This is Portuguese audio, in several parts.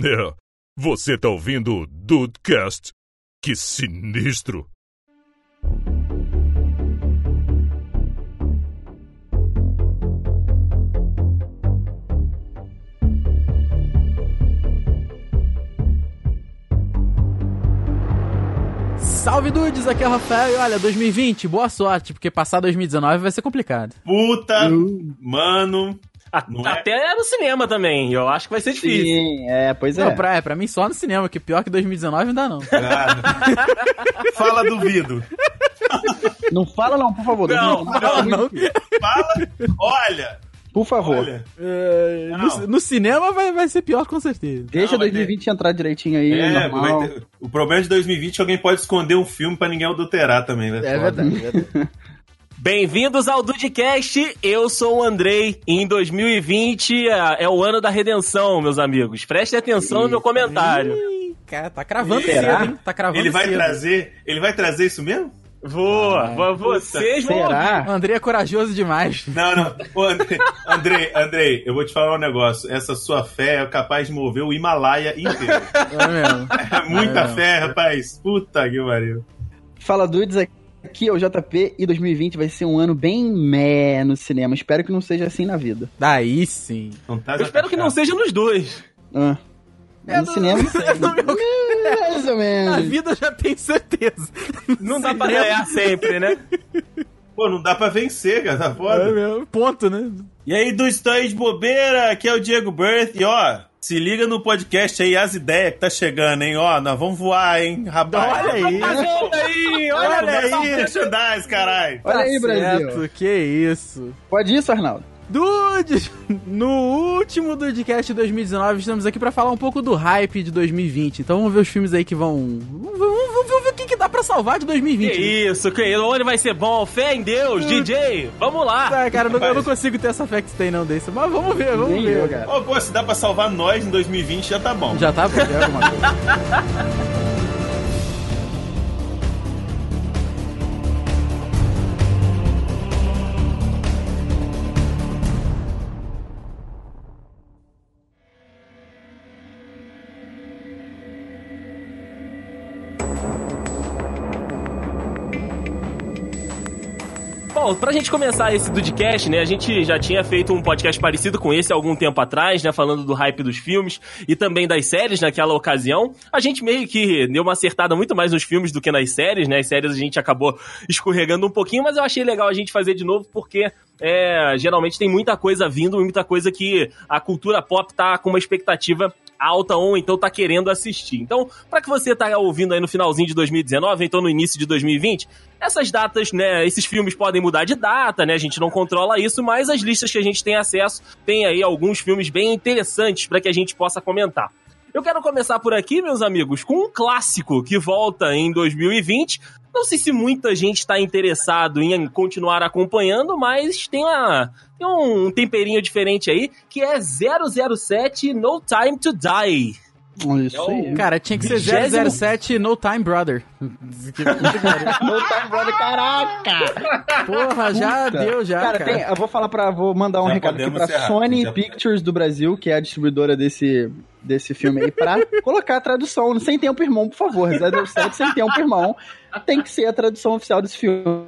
É, você tá ouvindo o Dudecast? Que sinistro! Salve dudes, aqui é o Rafael e olha, 2020, boa sorte, porque passar 2019 vai ser complicado. Puta, Hum. mano. A- Não é? até no cinema também. Eu acho que vai ser difícil. Sim, é, pois é. Não, pra, é, pra mim só no cinema, que pior que 2019 não dá não. Fala, duvido. Não fala não, por favor. Não, Danilo, não, muito. Fala, olha. Por favor. olha. É, Não. no, no cinema vai, vai ser pior com certeza. Deixa Não, vai 2020 entrar direitinho aí, É, normal. vai ter- o problema de 2020 é que alguém pode esconder um filme pra ninguém adulterar também, né? É verdade, é verdade. Bem-vindos ao Dudcast. Eu sou o Andrei. E em 2020 é é o ano da redenção, meus amigos. Prestem atenção no meu comentário. Ih, cara, tá cravando Será? cedo, hein? Tá cravando Ele vai cedo. trazer, ele vai trazer isso mesmo? Vou, Ah, é. vou- vocês vão. Será? André é corajoso demais. Não, não. Ô, Andrei, Andrei, Andrei, eu vou te falar um negócio. Essa sua fé é capaz de mover o Himalaia inteiro. É mesmo. É muita É. fé, rapaz. Puta que pariu. Fala Dudes, aqui é o JP e 2020 vai ser um ano bem meh no cinema. Espero que não seja assim na vida. Daí sim. Não tá Eu espero que não seja nos dois. Ah. É, no não- cinema, é no meu- mais ou Na menos. vida eu já tenho certeza. Não dá pra ganhar sempre, né? Pô, não dá pra vencer, cara. Tá foda. É mesmo. Ponto, né? E aí, do História de Bobeira, aqui é o Diego Birth. E ó, se liga no podcast aí, as ideias que tá chegando, hein? Ó, nós vamos voar, hein, rapaz. Olha aí. Olha aí, olha, Olha aí. aí, merchandise, caralho. Olha Tá aí, Brasil. certo, Que isso. Pode isso, Arnaldo? Dudes, no último Dudecast 2019, estamos aqui pra falar um pouco do hype de 2020. Então vamos ver os filmes aí que vão. Vamos, vamos- vamos ver o que, que dá pra salvar de Que 2020. né? isso, que isso. Onde vai ser bom? Fé em Deus, DJ. Vamos lá. Ah, cara, eu não, eu não consigo ter essa fé que você tem, não, desse. Mas vamos ver, vamos Nem ver. eu, cara. Ô, pô, se dá pra salvar nós em 2020, já tá bom. Já tá bom, já é alguma coisa. Bom, pra gente começar esse Dudcast, né? A gente já tinha feito um podcast parecido com esse há algum tempo atrás, né? Falando do hype dos filmes e também das séries naquela ocasião. A gente meio que deu uma acertada muito mais nos filmes do que nas séries, né? As séries a gente acabou escorregando um pouquinho, mas eu achei legal a gente fazer de novo porque é, geralmente tem muita coisa vindo, muita coisa que a cultura pop tá com uma expectativa alta ou então tá querendo assistir. Então, pra que você tá ouvindo aí no finalzinho de 2019, então no início de 2020, essas datas, né, esses filmes podem mudar de data, né? A gente não controla isso, mas as listas que a gente tem acesso tem aí alguns filmes bem interessantes pra que a gente possa comentar. Eu quero começar por aqui, meus amigos, com um clássico que volta em 2020. Não sei se muita gente está interessado em continuar acompanhando, mas tem, uma, tem um temperinho diferente aí, que é 007 No Time to Die. Olha isso aí. Cara, tinha que ser Vigésimo- 007 No Time Brother. No time, brother, caraca! Porra, já Puta. deu, já. Ah, Cara, Cara, tem, eu vou falar pra. Vou mandar um Já recado aqui podemos pra encerrar. Sony Já- Pictures do Brasil, que é a distribuidora desse, desse filme aí, pra colocar a tradução sem tempo irmão, por favor. 007 sem tempo irmão. Tem que ser a tradução oficial desse filme.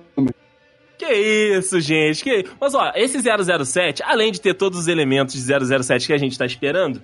Que isso, gente. Que... Mas ó, esse 007, além de ter todos os elementos de 007 que a gente tá esperando,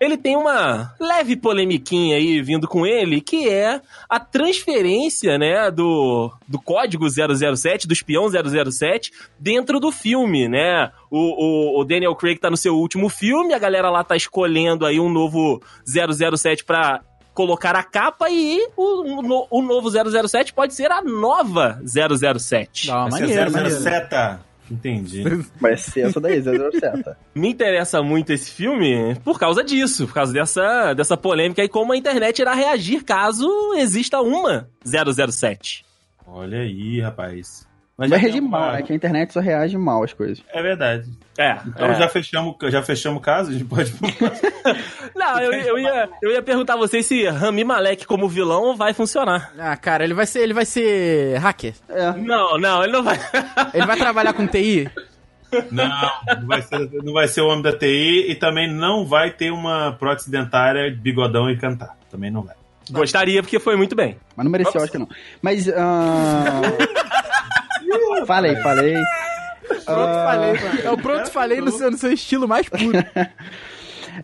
ele tem uma leve polemiquinha aí vindo com ele, que é a transferência, né, do, do código 007, do espião 007, dentro do filme, né? O, o, o Daniel Craig tá no seu último filme, a galera lá tá escolhendo aí um novo 007 pra colocar a capa e o, o, no- o novo 007 pode ser a nova 007. Não, Vai maneiro, ser maneiro. 007. Entendi. Vai ser essa daí, 007. Me interessa muito esse filme por causa disso, por causa dessa, dessa polêmica e como a internet irá reagir caso exista uma 007. Olha aí, rapaz. Mas Vai já reagir tem uma- mal, né? Que a internet só reage mal às coisas. É verdade. É, Então é. já fechamos já fechamos o caso, a gente pode... Não, eu, eu ia, eu ia perguntar a você se Rami Malek como vilão vai funcionar. Ah, cara, ele vai ser, ele vai ser hacker. É. Não, não, ele não vai. Ele vai trabalhar com TI. Não, não vai, ser, não vai ser o homem da TI e também não vai ter uma prótese dentária, bigodão e cantar. Também não vai. Gostaria, porque foi muito bem. Mas não mereceu, acho que não. Mas. ah, falei, falei. Pronto, Ah, falei, mano. É o pronto, falei no seu, no seu estilo mais puro.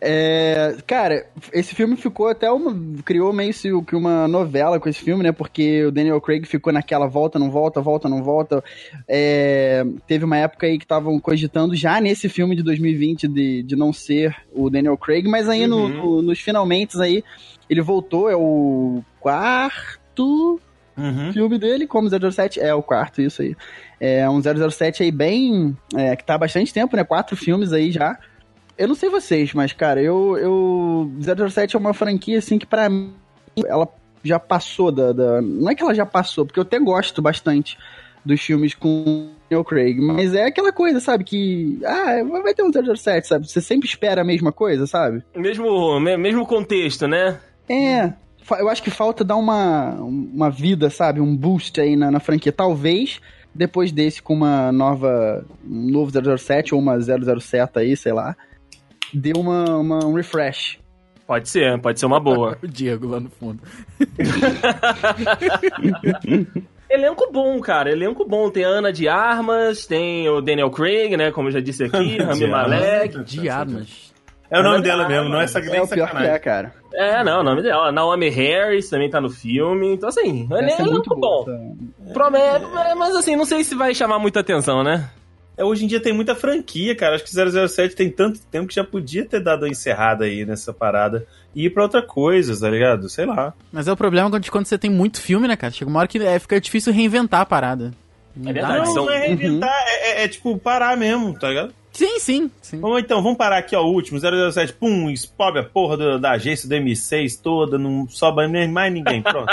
É, cara, esse filme ficou até uma. criou meio se- que uma novela com esse filme, né? Porque o Daniel Craig ficou naquela volta, não volta, volta, não volta. É, teve uma época aí que estavam cogitando já nesse filme de 2020 de, de não ser o Daniel Craig, mas aí no- Uhum. no- nos finalmente aí ele voltou, é o quarto Uhum. filme dele, como 007, é o quarto, isso aí. É um 007 aí bem. é, que tá há bastante tempo, né? Quatro filmes aí já. Eu não sei vocês, mas, cara, eu. eu 007 é uma franquia, assim, que pra mim. Ela já passou da, da- Não é que ela já passou, porque eu até gosto bastante dos filmes com o Craig, mas é aquela coisa, sabe? Que. Ah, vai ter um 007, sabe? Você sempre espera a mesma coisa, sabe? Mesmo, me- mesmo contexto, né? É, fa- eu acho que falta dar uma, uma vida, sabe? Um boost aí na, na franquia. Talvez depois desse com uma nova. Um novo 007 ou uma 007 aí, sei lá. Dê uma, uma- um refresh. Pode ser, pode ser uma boa. O Diego lá no fundo. Elenco bom, cara. Elenco bom. Tem a Ana de Armas, tem o Daniel Craig, né? Como eu já disse aqui, Rami Malek. De armas. É o nome dela mesmo, não é essa é nem o pior que é, sacanagem. cara. É, não, o nome dela. Naomi Harris também tá no filme. Então, assim, ele é Essa é elenco muito bom. boa. essa- Prome- é, mas assim, não sei se vai chamar muita atenção, né? É, Hoje em dia tem muita franquia, cara. Acho que 007 tem tanto tempo que já podia ter dado uma encerrada aí nessa parada e ir pra outra coisa, tá ligado? Sei lá. Mas é o problema quando, quando você tem muito filme, né, cara? Chega uma hora que é, fica difícil reinventar a parada. É Ah, verdade. Não, são- não é reinventar, é, é- é, tipo parar mesmo, tá ligado? Sim, sim, sim. Vamos então, vamos parar aqui, ó, o último, 007, pum, expobre a porra do- da agência do M6 toda, não sobra nem mais ninguém, pronto.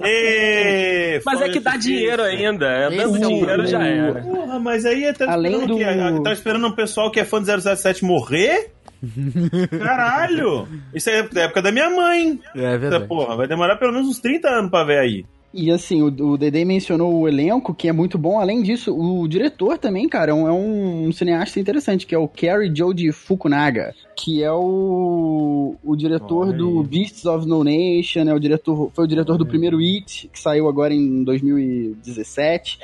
Ê, Mas foi é que dá difícil. dinheiro ainda. É, Esse dando é o dinheiro já problema. era. Porra, mas aí tá Além esperando o quê? do- Tá esperando um pessoal que é fã de 007 morrer? Caralho! Isso aí é da época da minha mãe. É Essa verdade. porra, vai demorar pelo menos uns 30 anos pra ver aí. E assim, o, o Dedê mencionou o elenco, que é muito bom. Além disso, o diretor também, cara, é um, é um cineasta interessante, que é o Kerry Joji Fukunaga, que é o, o diretor Olha do aí. Beasts of No Nation, é o diretor, foi o diretor do primeiro It, que saiu agora em 2017,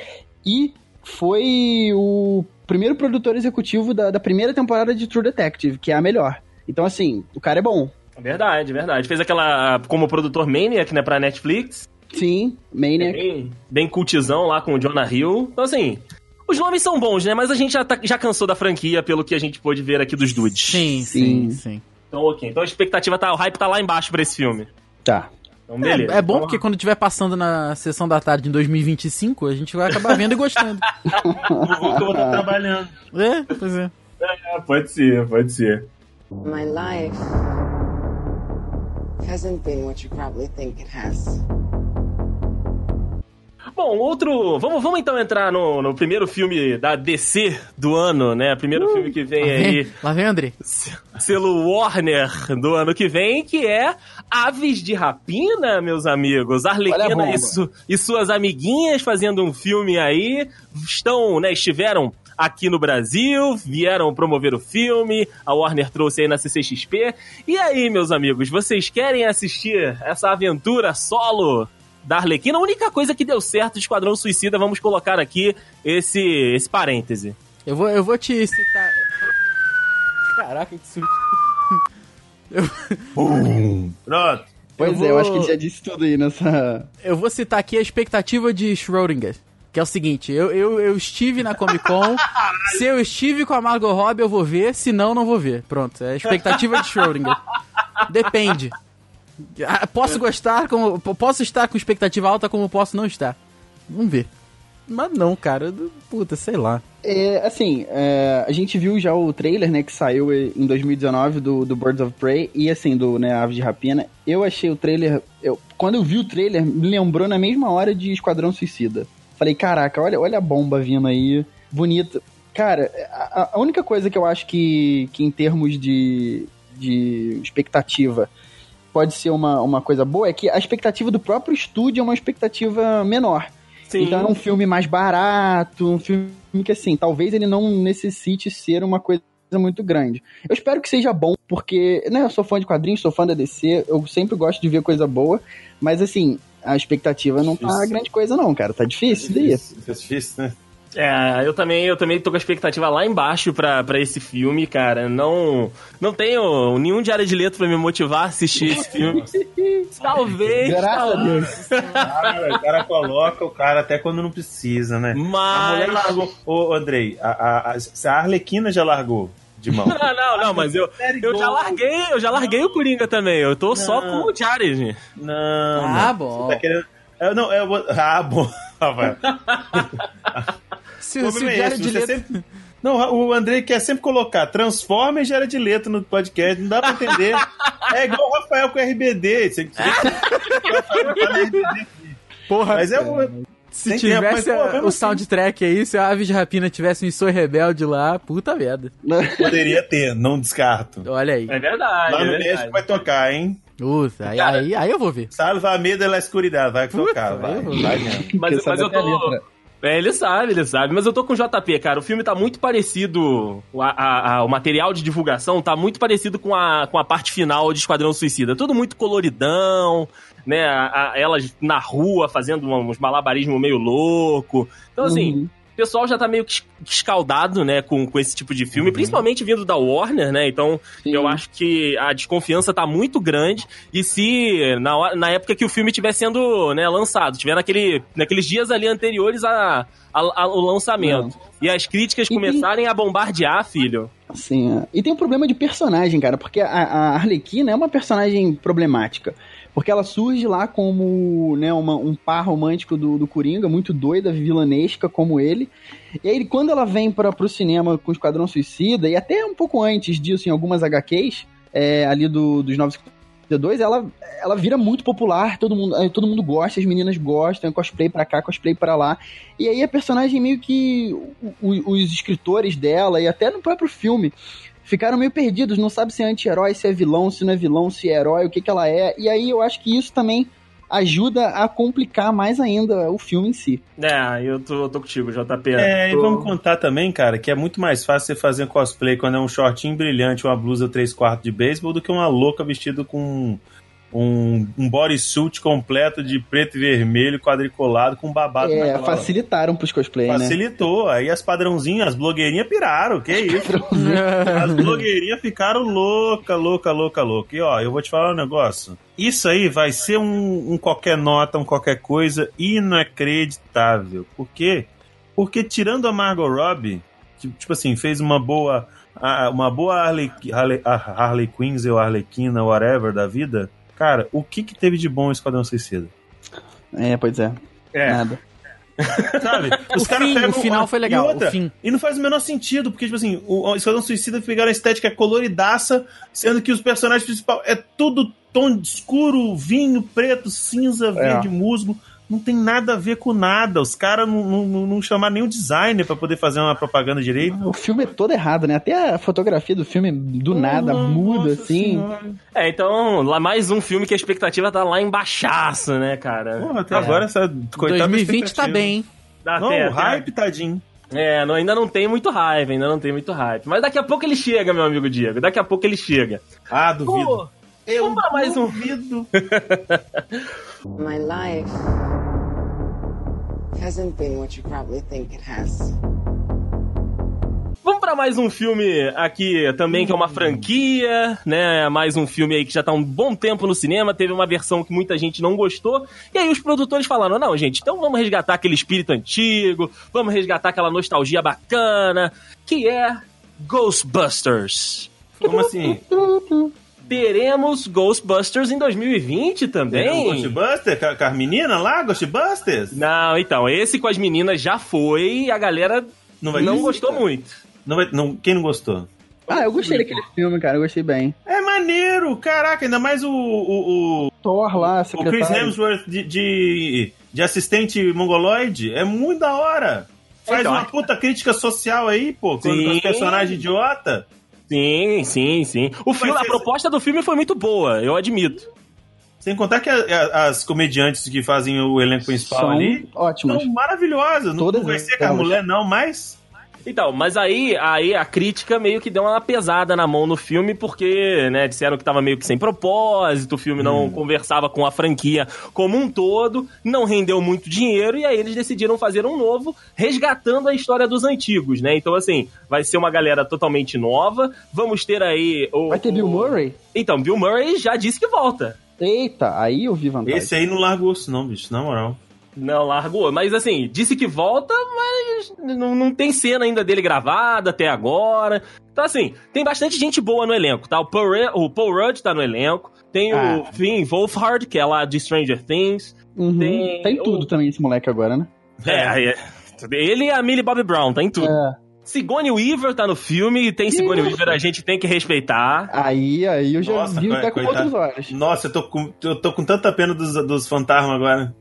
e foi o primeiro produtor executivo da, da primeira temporada de True Detective, que é a melhor. Então, assim, o cara é bom. Verdade, verdade. Fez aquela. como produtor Maniac, né, pra Netflix. Sim, Maniac. Bem, bem cultizão lá com o Jonah Hill. Então, assim. Os nomes são bons, né? Mas a gente já, tá- já cansou da franquia pelo que a gente pôde ver aqui dos dudes. Sim, sim, Sim. sim. Então, ok. Então a expectativa tá. O hype tá lá embaixo pra esse filme. Tá. Então, É, beleza. é bom Então, porque quando estiver passando na sessão da tarde em 2025, a gente vai acabar vendo e gostando. Eu vou, eu vou estar trabalhando. É, pois é. ah, Pode ser, pode ser. My life hasn't been what you probably think it has. Bom, outro. Vamos, vamos então entrar no, no primeiro filme da DC do ano, né? Primeiro filme que tá vem aí. Lá vem, André. selo Warner do ano que vem, que é Aves de Rapina, meus amigos. Olha a Arlequina bomba. e, su- e suas amiguinhas fazendo um filme aí. Estão, né, estiveram aqui no Brasil, vieram promover o filme, a Warner trouxe aí na CCXP. E aí, meus amigos, vocês querem assistir essa aventura solo da Arlequina? A única coisa que deu certo de Esquadrão Suicida, vamos colocar aqui esse, esse parêntese. Eu vou, eu vou te citar. Caraca, que susto. Pronto. Pois Eu é, eu acho que vou- ele já disse tudo aí nessa. Eu vou citar aqui a expectativa de Schrödinger. Que é o seguinte, eu, eu, eu estive na Comic Con, se eu estive com a Margot Robbie eu vou ver, se não, não vou ver. Pronto, é a expectativa de Schrödinger. Depende. Ah, Posso gostar, como, po- posso estar com expectativa alta como posso não estar. Vamos ver. Mas não, cara, eu- puta, sei lá. É, assim, é, a gente viu já o trailer, né, que saiu em 2019 do, do Birds of Prey e assim, do né, Aves de Rapina. Eu achei o trailer. Eu, quando eu vi o trailer, me lembrou na mesma hora de Esquadrão Suicida. Falei, caraca, olha, olha a bomba vindo aí. Bonito. Cara, a, a única coisa que eu acho que, que em termos de, de expectativa pode ser uma, uma coisa boa é que a expectativa do próprio estúdio é uma expectativa menor. Sim. Tá Então é um filme mais barato, um filme que, assim, talvez ele não necessite ser uma coisa muito grande. Eu espero que seja bom, porque, né, eu sou fã de quadrinhos, sou fã da DC, eu sempre gosto de ver coisa boa, mas, assim, a expectativa não tá Difícil. grande coisa não, cara, tá difícil daí. Isso é difícil, né? É, eu também, eu também tô com a expectativa lá embaixo pra, pra esse filme, cara. Não, não tenho nenhum diário de letra pra me motivar a assistir esse filme. talvez, Graças a talvez. Deus. Cara, o cara coloca o cara até quando não precisa, né? A mulher Mas. largou. Ô, Andrei, a, a, a, a Arlequina já largou de mão. Não, não, não, mas eu, eu já larguei, eu já larguei o Coringa também. Eu tô só Não. com o Jared. Não. Ah, não. bom. Você tá querendo. Eu não, eu vou. Ah, bom. Ah, vai. Se, O se o problema é Jared esse, você Leto- sempre- Não, o Andrei quer sempre colocar Transforma e gera de letra no podcast, não dá pra entender. é igual o Rafael com o RBD. Você... Porra, Mas é o. se tem que- mas, tivesse pô, a- mesmo o assim- soundtrack aí, se a Aves de Rapina tivesse um Soy Rebelde lá, puta merda. Poderia ter, não descarto. Olha aí. É verdade. Lá é no verdade. México vai tocar, hein? Puta, aí, Cara- aí, aí eu vou ver. Salva a medo da escuridade, vai Puta, tocar, vai. eu vou- Vai mesmo. Mas, Porque mas eu sabe até a tô. letra. É, ele sabe, ele sabe. Mas eu tô com o JP, cara. O filme tá muito parecido. O, a- a- a- o material de divulgação tá muito parecido com a, com a parte final de Esquadrão Suicida. Tudo muito coloridão, né? A- a- elas na rua fazendo um, uns malabarismo meio louco. Então, assim, Uhum. o pessoal já tá meio que es- escaldado, né, com, com esse tipo de filme, principalmente vindo da Warner, né? Então, Sim. eu acho que a desconfiança tá muito grande. E se na, hora- na época que o filme estiver sendo né, lançado, tiver naquele, naqueles dias ali anteriores a, a- a- ao Ah. lançamento, É. e as críticas E- começarem a bombardear, filho. Sim, é. e tem um problema de personagem, cara, porque a, a Arlequina é uma personagem problemática. Porque ela surge lá como né, uma- um par romântico do, do Coringa, muito doida, vilanesca como ele. E aí, quando ela vem para pro cinema com o Esquadrão Suicida, e até um pouco antes disso, em algumas HQs, é, ali do, dos 952, ela, ela vira muito popular, todo mundo, eh, todo mundo gosta, as meninas gostam, é cosplay pra cá, cosplay pra lá. E aí a personagem meio que. o- o- os escritores dela, e até no próprio filme, ficaram meio perdidos, não sabe se é anti-herói, se é vilão, se não é vilão, se é herói, o que, que ela é. E aí eu acho que isso também ajuda a complicar mais ainda o filme em si. É, eu tô, tô contigo, JP. É, e Tô- vamos contar também, cara, que é muito mais fácil você fazer cosplay quando é um shortinho brilhante, uma blusa 3 quartos de beisebol, do que uma louca vestida com um, um bodysuit completo de preto e vermelho, quadriculado, com um babado na É, gola. facilitaram pros cosplay, né? Facilitou. Aí as padrãozinhas, as blogueirinhas piraram, que isso. Uhum. As blogueirinhas ficaram louca, louca, louca, louca. E ó, eu vou te falar um negócio. Isso aí vai ser um, um qualquer nota, um qualquer coisa inacreditável. Por quê? Porque tirando a Margot Robbie, que, tipo assim, fez uma boa a- uma boa Harley, Harley, a Harley Quinns ou Arlequina, whatever, da vida. Cara, o que que teve de bom o Esquadrão Suicida? É, pois é. É. Nada. Sabe? O, fim, o final foi legal. E outra, o fim. e não faz o menor sentido, porque, tipo assim, o o Esquadrão Suicida pegaram a estética coloridaça, sendo que os personagens principais é tudo tom de escuro, vinho, preto, É. cinza, verde, musgo. Não tem nada a ver com nada. Os caras não, não, não- não chamaram nenhum designer pra poder fazer uma propaganda direito. O filme é todo errado, né? Até a fotografia do filme do nada muda, Nossa assim. Senhora. É, então, lá mais um filme que a expectativa tá lá embaixaço, né, cara? Porra, até agora essa coitada 2020 tá expectativa. bem, hein? Dá Não, até- o hype, tá tadinho. É, não- ainda não tem muito hype, ainda não tem muito hype. Mas daqui a pouco ele chega, meu amigo Diego. Daqui a pouco ele chega. Ah, duvido. Pô, eu vamos pra mais um. duvido. My life hasn't been what you probably think it has. Vamos pra mais um filme aqui também, que é uma Hum. franquia, né? Mais um filme aí que já tá um bom tempo no cinema, teve uma versão que muita gente não gostou. E aí os produtores falaram: não, gente, então vamos resgatar aquele espírito antigo, vamos resgatar aquela nostalgia bacana, que é Ghostbusters. Como assim? Teremos Ghostbusters em 2020 Tem também. um Ghostbuster? Com a- com as meninas lá? Ghostbusters? Não, então, esse com as meninas já foi e a galera não, vai ter? gostou muito. Não vai, não, quem não gostou? Ah, eu gostei daquele filme, cara. Eu gostei bem. É maneiro, caraca, ainda mais o, o, o, Thor lá, o Chris secretário. Hemsworth de, de, de assistente mongoloide. É muito da hora. Faz Então, uma é- puta crítica social aí, pô, com Sim. os personagens idiota. Sim, sim, sim. O filme, ser a esse- proposta do filme foi muito boa, eu admito. Sem contar que a- a- as comediantes que fazem o elenco principal São ali ótimas. são maravilhosas. Não Todas conversei com a elas. mulher, não, mas. Então, mas aí, aí a crítica meio que deu uma pesada na mão no filme, porque, né, disseram que tava meio que sem propósito, o filme não conversava com a franquia como um todo, não rendeu muito dinheiro, e aí eles decidiram fazer um novo, resgatando a história dos antigos, né? Então, assim, vai ser uma galera totalmente nova, vamos ter aí o... Vai ter Bill o- Murray? Então, Bill Murray já disse que volta. Eita, aí eu vi vantagem. Esse aí não larga o osso, não, bicho, na moral. Não, largou. Mas assim, disse que volta, mas não, não tem cena ainda dele gravada até agora. Então, assim, tem bastante gente boa no elenco, tá? O Paul, Re- o Paul Rudd tá no elenco. Tem o Ah. Finn Wolfhard, que é lá de Stranger Things. Uhum. tem- Tem, tudo também esse moleque agora, né? É, é. Ele e a Millie Bobby Brown, tá em tudo. É. Sigourney Weaver tá no filme, tem Sigourney Weaver, a gente tem que respeitar. Aí, aí eu já Nossa, vi coi- até com coitado. outros olhos. Nossa, eu tô com, eu tô com tanta pena dos, dos fantasmas agora.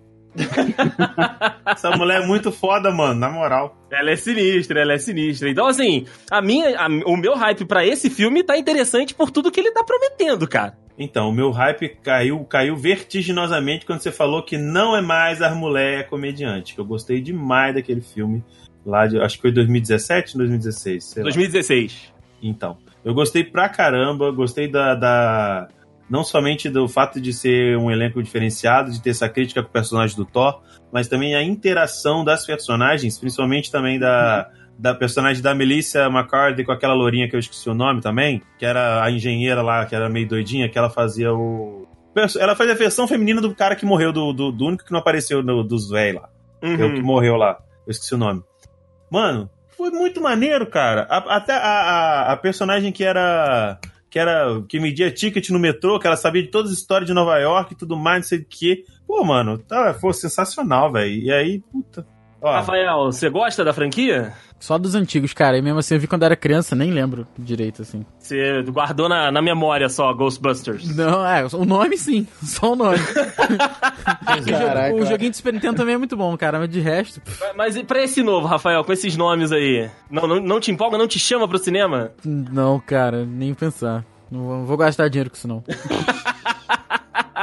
Essa mulher é muito foda, mano, na moral. Ela é sinistra, ela é sinistra. Então, assim, a minha, a- o meu hype pra esse filme tá interessante por tudo que ele tá prometendo, cara. Então, o meu hype caiu, caiu vertiginosamente quando você falou que não é mais as mulher é comediante. Que eu gostei demais daquele filme lá de, acho que foi 2017, 2016, sei lá. 2016. Então, eu gostei pra caramba, gostei da, da- Não somente do fato de ser um elenco diferenciado, de ter essa crítica com o personagem do Thor, mas também a interação das personagens, principalmente também da, da personagem da Melissa McCarthy com aquela lourinha que eu esqueci o nome também, que era a engenheira lá, que era meio doidinha, que ela fazia o. perso- Ela fazia a versão feminina do cara que morreu, do, do, do único que não apareceu no- dos véi lá. É Uhum. o que morreu lá. Eu esqueci o nome. Mano, foi muito maneiro, cara. A- até a, a- a personagem que era. Que era. Que media ticket no metrô, que ela sabia de todas as histórias de Nova York e tudo mais, não sei o quê. Pô, mano, tá, foi sensacional, velho. E aí, puta. Ó, Rafael, você gosta da franquia? Só dos antigos, cara. E mesmo assim, eu vi quando era criança, nem lembro direito, assim. Você guardou na, na memória só Ghostbusters. Não, é, o nome sim, só o nome. Porque o jogo- Caraca. o joguinho de Super Nintendo também é muito bom, cara, mas de resto, pff, Mas e pra esse novo, Rafael, com esses nomes aí? Não, não, não te empolga, não te chama pro cinema? não, cara, nem pensar. Não vou, não vou gastar dinheiro com isso, não.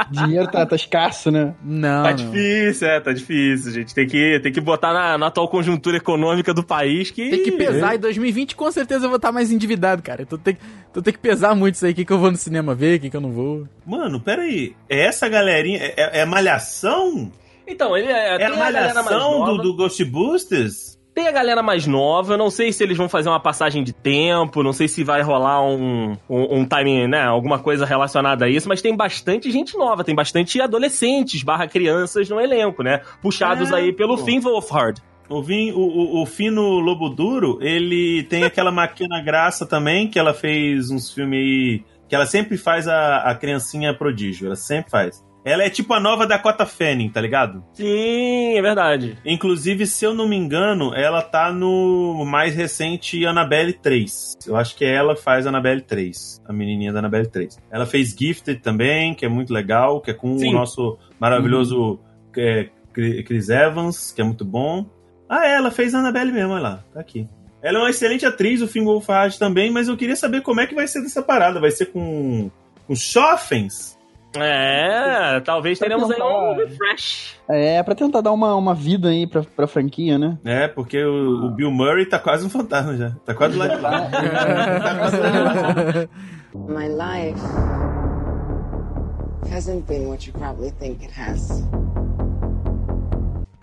Dinheiro tá, tá escasso, né? Não, tá não. difícil, é, tá difícil, gente. Tem que, tem que botar na, na atual conjuntura econômica do país que. Tem que pesar, em 2020 com certeza eu vou estar mais endividado, cara. Então tem, que- então tem que pesar muito isso aí, o que, que eu vou no cinema ver, o que, que eu não vou. Mano, peraí. É essa galerinha. É, é- é malhação? Então, ele é. É, tem a a galera mais malhação nova. do, do Ghostbusters? Tem a galera mais nova, eu não sei se eles vão fazer uma passagem de tempo, não sei se vai rolar um, um, um timing, né? Alguma coisa relacionada a isso, mas tem bastante gente nova, tem bastante adolescentes barra crianças no elenco, né? Puxados É, aí pelo pô. Finn Wolfhard. O, Vin, o, o, o Fino Lobo Duro, ele tem aquela maquina graça também, que ela fez uns filmes aí. Que ela sempre faz a, a criancinha prodígio, ela sempre faz. Ela é tipo a nova Dakota Fanning, tá ligado? Sim, é verdade. Inclusive, se eu não me engano, ela tá no mais recente Annabelle 3. Eu acho que é ela que faz Annabelle 3, a menininha da Annabelle 3. Ela fez Gifted também, que é muito legal, que é com Sim. o nosso maravilhoso é, Cri- Chris Evans, que é muito bom. Ah, é, ela fez Annabelle mesmo, olha lá, tá aqui. Ela é uma excelente atriz, o Finn Wolfhard também, mas eu queria saber como é que vai ser dessa parada. Vai ser com, com Schoffens? É, talvez Tá teremos aí um bom. refresh. É, pra tentar dar uma, uma vida aí pra, pra franquia, né? É, porque o, o Bill Murray tá quase um fantasma já. Tá quase lá de lá. tá quase lá de lá. My life hasn't been what you probably think it has.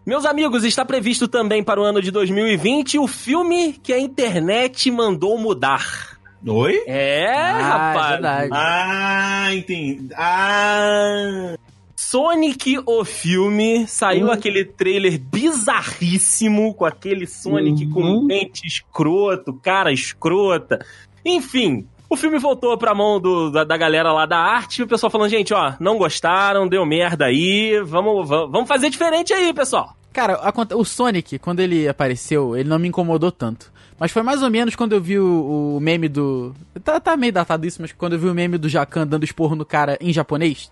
Meus amigos, está previsto também para o ano de 2020 o filme que a internet mandou mudar. Oi? É, Ah, é rapaz. verdade. Ah, entendi. Ah! Sonic, o filme, saiu Hum. aquele trailer bizarríssimo com aquele Sonic com Uhum. dente escroto, cara escrota. Enfim, o filme voltou pra mão do- da, da galera lá da arte e o pessoal falando, gente, ó, não gostaram, deu merda aí, vamos, vamos, vamos fazer diferente aí, pessoal. Cara, aconte- o Sonic, quando ele apareceu, ele não me incomodou tanto. Mas foi mais ou menos quando eu vi o, o meme do. Tá, tá meio datado isso, mas quando eu vi o meme do Jacan dando esporro no cara em japonês,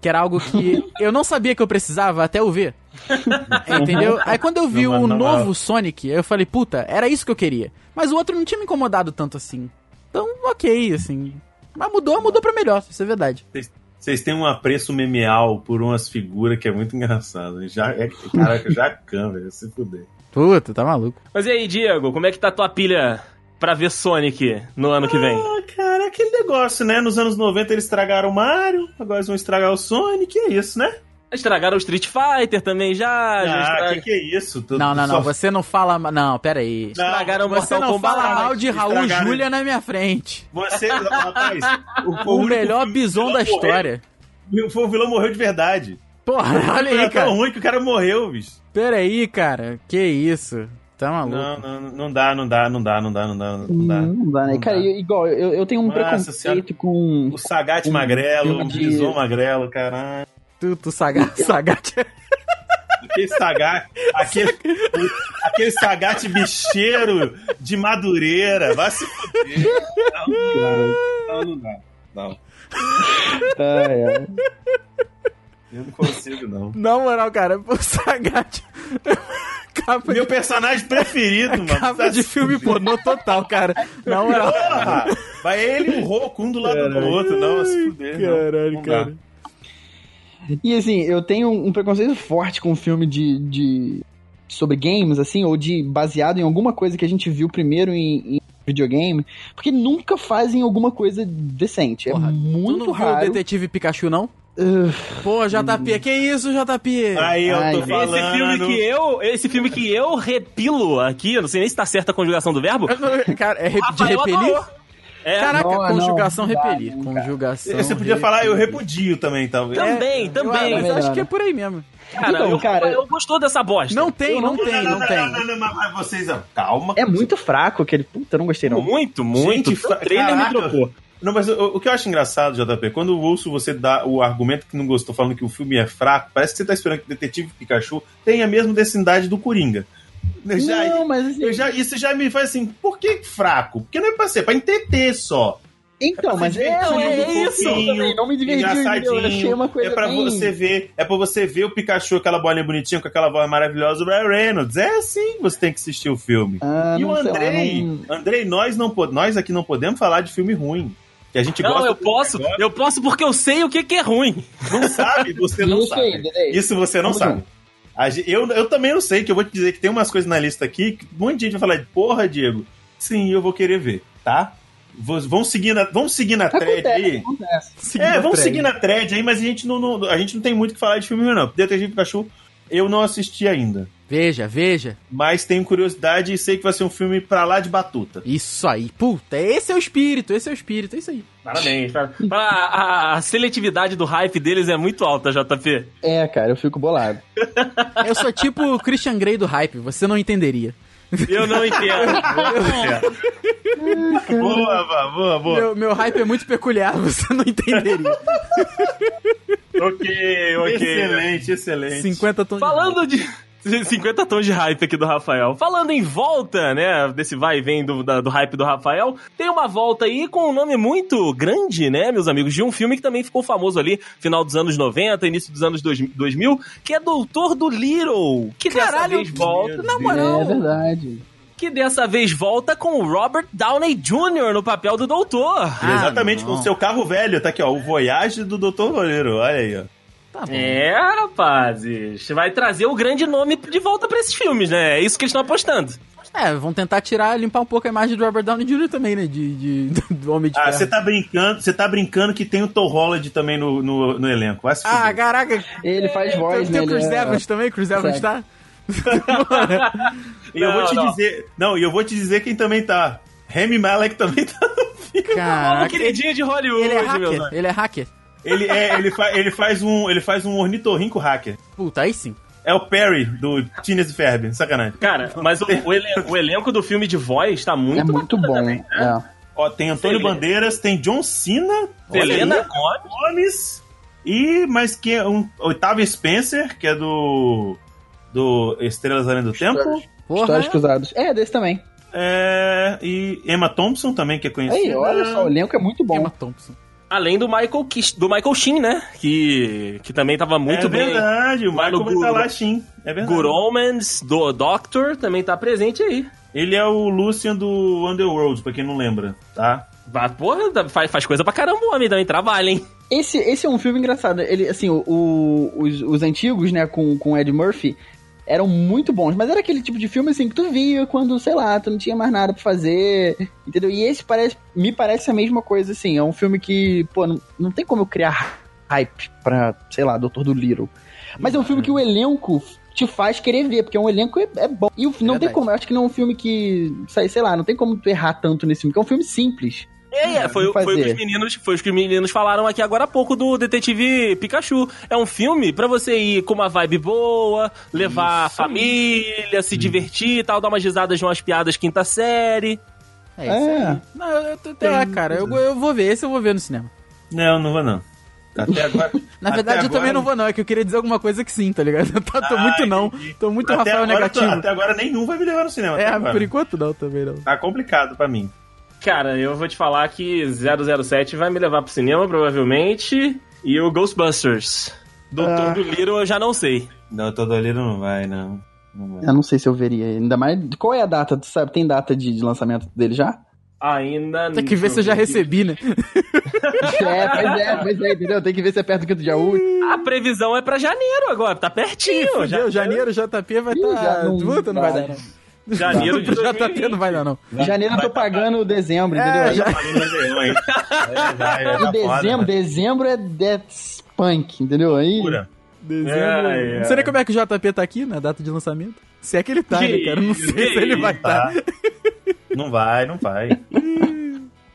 que era algo que eu não sabia que eu precisava até eu ver. Entendeu? Aí quando eu vi Não, mas o não, novo mas- Sonic, eu falei, puta, era isso que eu queria. Mas o outro não tinha me incomodado tanto assim. Então, ok, assim. Mas mudou, mudou pra melhor, isso é verdade. Vocês têm um apreço memeal por umas figuras que é muito engraçado. Já, é, caraca, já câmera, se fuder. Puta, tá maluco. Mas e aí, Diego, como é que tá a tua pilha pra ver Sonic no ano que vem? Ah, cara, aquele negócio, né? Nos anos 90 eles estragaram o Mario, agora eles vão estragar o Sonic, é isso, né? Estragaram o Street Fighter também já. já Ah, estra- que que é isso? tá- Tu- Não, tu não, só- não. Você não fala. ma- Não, peraí. Não, Estragaram o Você Mortal não Kombat. fala mal de Raul Estragaram. Júlia na minha frente. Você, rapaz, o, O único melhor filme que bison o da vilão história. morreu- Foi o vilão morreu de verdade. Porra, olha Foi aí, tão cara. ruim que o cara morreu, bicho. Peraí, cara. Que isso? Tá Hum. maluco. Não, não, não dá, não dá, não dá, não dá, não dá, não dá. Não dá, né? Não Cara, dá. eu- igual, eu, eu tenho um Nossa preconceito Senhora. com. O Sagat Um magrelo, o de- Bison magrelo, caralho. Tu, tu saga- sagate. Aquele Sagat, aquele, o- aquele Sagat bicheiro de Madureira. Vai se fuder. Não, não dá. Não, não dá. Ai, ai. Eu não consigo, não. Na moral, cara, o sagate. Capa Meu de, personagem preferido, mano. capa de filme assim. pornô total, cara. Na moral. Porra! Vai ele e o Roku, um do lado do outro. Não, vai se fuder. não. Caralho, Não dá. cara. E assim, eu tenho um preconceito forte com um filme de. de... sobre games, assim, ou de baseado em alguma coisa que a gente viu primeiro em. em videogame, porque nunca fazem alguma coisa decente. Porra, é Tu muito não viu o raro. Detetive Pikachu, não? Ugh, Pô, JP, que isso, JP? Aí eu Ai, tô esse falando. Esse filme que eu, esse filme que eu repilo aqui, eu não sei nem se tá certa a conjugação do verbo. Cara, é rep- de Rafael repelir? adorou. É, Caraca, Não, não, conjugação não dá, repelir. não dá. Conjugação. Você podia repelir. falar, eu repudio também, talvez. também, também. Eu- mas melhor, acho que é né? por aí mesmo. cara, Então, eu, cara, eu gostou dessa bosta. Não tem, não é. Não, tem, não, não tem. Não, não, não, mas- mas vocês, ó, calma. é muito fraco aquele. Puta, eu não gostei não. muito, muito. Gente, o trailer me caraca. trocou. Não, mas o, o que eu acho engraçado, JP, quando eu ouço você dar o argumento que não gostou, falando que o filme é fraco, parece que você tá esperando que o Detetive Pikachu tenha a mesma densidade do Coringa. Eu já- não, mas assim, eu já- isso já me faz assim, por que fraco? Porque não é pra ser, pra entreter só. Então, mas é, divertido, mas eu fofinho, também Não me diverti, entendeu? Eu achei uma É coisa pra bem... você ver, é pra você ver o Pikachu, aquela bolinha bonitinha com aquela voz maravilhosa do Ryan Reynolds. É assim que você tem que assistir o filme. Ah, e o não sei lá, Andrei, não- Andrei, nós não po- nós aqui não podemos falar de filme ruim. Que a gente Não, gosta eu posso, eu posso porque eu sei o que, que é ruim. não sabe, você não Isso aí, sabe. Dedé. Isso você não Vamos sabe. A gen- Eu, eu também não sei, que eu vou te dizer que tem umas coisas na lista aqui que um monte de gente vai falar de porra, Diego. Sim, eu vou querer ver, tá? Vou- Vão seguindo a, vão seguindo Tá a thread Acontece, aí. acontece. É, Seguindo a vamos seguir na thread aí, mas a gente não, não- a gente não tem muito o que falar de filme ruim, não. Detetive Pikachu, eu não assisti ainda. Veja, veja. Mas tenho curiosidade e sei que vai ser um filme pra lá de batuta. Isso aí. Puta, esse é o espírito, esse é o espírito, é isso aí. Parabéns. A, a- a seletividade do hype deles é muito alta, JP. É, cara, eu fico bolado. Eu sou tipo o Christian Grey do hype, você não entenderia. Eu não entendo. É. boa, Vá, boa, boa. Meu, meu hype é muito peculiar, você não entenderia. Ok, ok. Excelente, excelente. 50 tons de Falando de. 50 tons de hype aqui do Rafael. Falando em volta, né? Desse vai e vem do, da- do hype do Rafael, tem uma volta aí com um nome muito grande, né, meus amigos? De um filme que também ficou famoso ali, final dos anos 90, início dos anos 2000, que é Doutor do Little. Que dessa Caralho, vez volta. hype. Na É moral, verdade. que dessa vez volta com o Robert Downey Jr. no papel do doutor. Ah, Exatamente, não. com o seu carro velho. Tá aqui, ó. O Voyage do Dr. Roleiro. Olha aí, ó. tá bom. É, rapazes. Vai trazer o grande nome de volta pra esses filmes, né? É isso que eles estão apostando. É, vão tentar tirar, limpar um pouco a imagem do Robert Downey Jr. também, né? De, de- do Homem de Ah, Ferro. você tá brincando, você tá brincando que tem o Tom Holland também no, no, no elenco. Vai se fuder. Ah, caraca. É, Ele faz voz, Tem né? o Chris ele é- Evans também, Chris Evans tá? E eu Não, vou te não. dizer. Não, e eu vou te dizer quem também tá. Remy Malek também tá no filme. Fala, Caraca. queridinho de Hollywood, Ele é meus hacker, amigos. ele é hacker. Ele, é, ele, fa- ele faz um, ele faz um ornitorrinco hacker. Puta, aí sim. É o Perry do Phineas e Ferb, sacanagem. Cara, mas o, o elen- o elenco do filme de voz tá muito, É muito bacana bom. também. né? é. Ó, tem Antônio Selena. Bandeiras, tem John Cena, Selena Helena Gomes. Gomes e mais que um Otávio Spencer, que é do do Estrelas Além do Tempo, Porra. Histórias cruzadas. É, desse também. é, e Emma Thompson também que é conhecida. Aí, olha só, o elenco é muito bom. Emma Thompson. Além do Michael, Kish, do Michael Sheen, né? Que, que também tava muito é bem. verdade, o Vai no Michael vai estar Google. lá, sim. É verdade. Good Omens, do Doctor, também tá presente aí. Ele é o Lucian do Underworld, pra quem não lembra, tá? Mas, porra, tá- faz, faz coisa pra caramba o homem também, trabalha, hein? Esse, esse é um filme engraçado. Ele, assim, o, o- os, os antigos, né, com, com Ed Murphy, eram muito bons, mas era aquele tipo de filme assim que tu via quando, sei lá, tu não tinha mais nada pra fazer, entendeu? E esse parece, me parece a mesma coisa, assim. É um filme que, pô, não, não tem como eu criar hype pra, sei lá, Doutor do Little. Mas é um filme que o elenco te faz querer ver, porque é um elenco é, é bom. E o- não tem Verdade. como, eu acho que não é um filme que, sei, sei lá, não tem como tu errar tanto nesse filme, porque é um filme simples. É, é, foi, Vamos foi o que fazer. os meninos, foi o que os meninos falaram aqui agora há pouco do Detetive Pikachu. É um filme pra você ir com uma vibe boa, levar a família, se divertir e tal, dar umas risadas de umas piadas quinta série. É isso É. aí. Não, eu tô até lá, cara. Eu, eu vou ver, esse eu vou ver no cinema. Não, não vou não. Até agora. Na até verdade, eu agora- também não vou, não. É que eu queria dizer alguma coisa que sim, tá ligado? Eu tô, tô Ah, muito não. entendi. Tô muito até Então, Rafael agora, negativo. Até agora nenhum vai me levar no cinema. até é, agora. por enquanto não, também não. Tá complicado pra mim. Cara, eu vou te falar que 007 vai me levar pro cinema, provavelmente, e o Ghostbusters. Ah. Doutor do Little eu já não sei. Não, todo ali não vai, não. Não vai. Eu não sei se eu veria. Ainda mais. Qual é a data? Tu sabe? Tem data de, de lançamento dele já? Ainda não. Tem que ver se eu já recebi, né? é, pois é, pois é, entendeu? Tem que ver se é perto do dia útil. A previsão é pra janeiro agora, tá pertinho. já- Fudeu, janeiro, JP vai Ih, estar. já não- Puta, não vai dar, né? não. janeiro de JP 2020. não vai dar, não. Janeiro eu tô pagando dezembro, entendeu? É, já- Falei, mas é ruim. É, vai, é, E tá dezembro, foda, né? dezembro é Death Punk, entendeu? Aí. Pura. um. Dezembro. É, é. Não sei nem como é que o JP tá aqui na data de lançamento. Se é que ele tá, né, cara? Eu Não sei se ele vai estar. Tá. Não vai, não vai.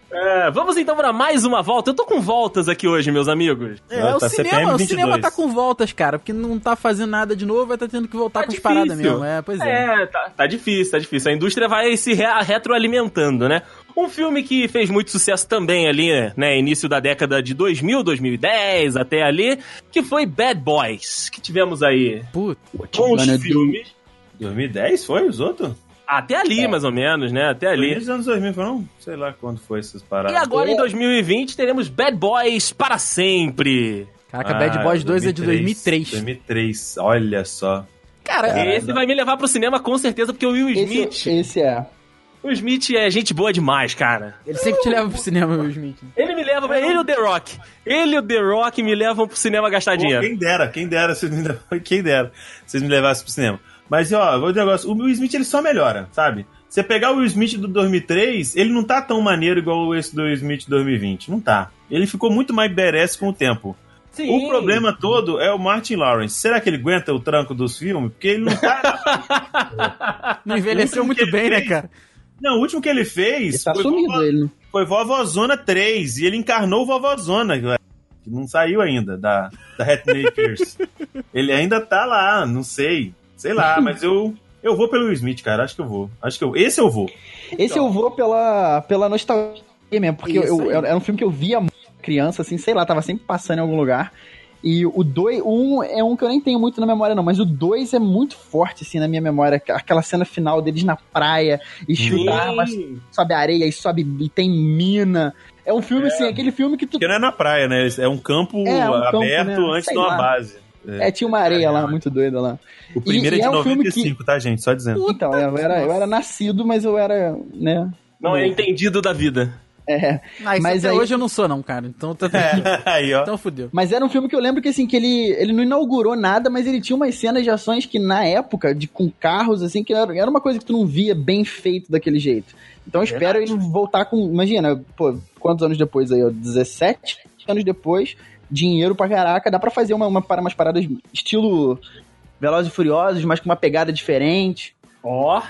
É, vamos então para mais uma volta. Eu tô com voltas aqui hoje, meus amigos. É, Não, o tá cinema, CPM o cinema 22. tá com voltas, cara, porque não tá fazendo nada de novo, vai tá tendo que voltar Tá com as paradas difícil. mesmo. É, pois é. É, tá, tá difícil, tá difícil. A indústria vai se re- retroalimentando, né? Um filme que fez muito sucesso também ali, né? Início da década de 2000, 2010 até ali, que foi Bad Boys, que tivemos aí Puta, bons Gonna Do. filmes. 2010 foi os outros? Até ali, mais ou menos, né? Até Foi ali. nos anos 2000, foram? Sei lá quando foi essas paradas. E agora, em 2020, teremos Bad Boys para sempre. caraca, Ah, Ah, Bad Boys 2 é de 2003. 2003, olha só. Cara, Caralho. Esse vai me levar pro cinema com certeza, porque o Will Smith... Esse, esse é. O Smith é gente boa demais, cara. ele sempre te leva pro cinema, Will Smith. Ele me leva, ele e o The Rock. Ele e o The Rock me levam pro cinema gastar Pô, dinheiro. quem dera, quem dera, vocês me levassem, quem dera, vocês me levassem pro cinema. Mas, ó, eu vou dizer um negócio, o Will Smith ele só melhora, sabe? Você pegar o Will Smith do 2003, ele não tá tão maneiro igual esse do Will Smith de 2020, não tá. Ele ficou muito mais badass com o tempo. Sim. O problema todo é o Martin Lawrence. Será que ele aguenta o tranco dos filmes? Porque ele não tá... Não envelheceu último que muito ele bem, né, fez- cara? não, o último que ele fez Ele tá foi sumido ele. né? foi Vovozona 3, e ele encarnou o Vovozona, que não saiu ainda da, da Hathaway Pierce. ele ainda tá lá, não sei. Sei lá, mas eu, eu vou pelo Will Smith, cara. Acho que eu vou. Acho que eu, esse eu vou. Esse eu vou pela, pela nostalgia mesmo, porque eu, Isso eu- era um filme que eu via muito criança, assim, sei lá, tava sempre passando em algum lugar. E o 2, o 1 é um que eu nem tenho muito na memória, não, mas o 2 é muito forte, assim, na minha memória. aqu- Aquela cena final deles na praia, e Sim. é chuta armas, sobe areia, e sobe, e tem mina. É um filme, assim, aquele filme que tu. Porque não é na praia, né? É um campo É, um campo, aberto né? antes Sei de uma lá. base. É, tinha uma areia lá, muito doida lá. O primeiro E- é e de é um filme que- 95, tá, gente? Só dizendo. Então, eu era, eu era nascido, mas eu era, né? Não é entendido da vida. É. Ah, isso Mas até aí- hoje eu não sou, não, cara. Então, tá- Aí, ó. então fudeu. Mas era um filme que eu lembro que, assim, que ele, ele não inaugurou nada, mas ele tinha umas cenas de ações que, na época, de, com carros, assim, que era, era uma coisa que tu não via bem feito daquele jeito. Então, eu espero ele voltar com... Imagina, pô, quantos anos depois aí? ó? 17 anos depois, dinheiro pra caraca, dá pra fazer uma, uma, para- umas paradas estilo Velozes e Furiosos, mas com uma pegada diferente. Ó.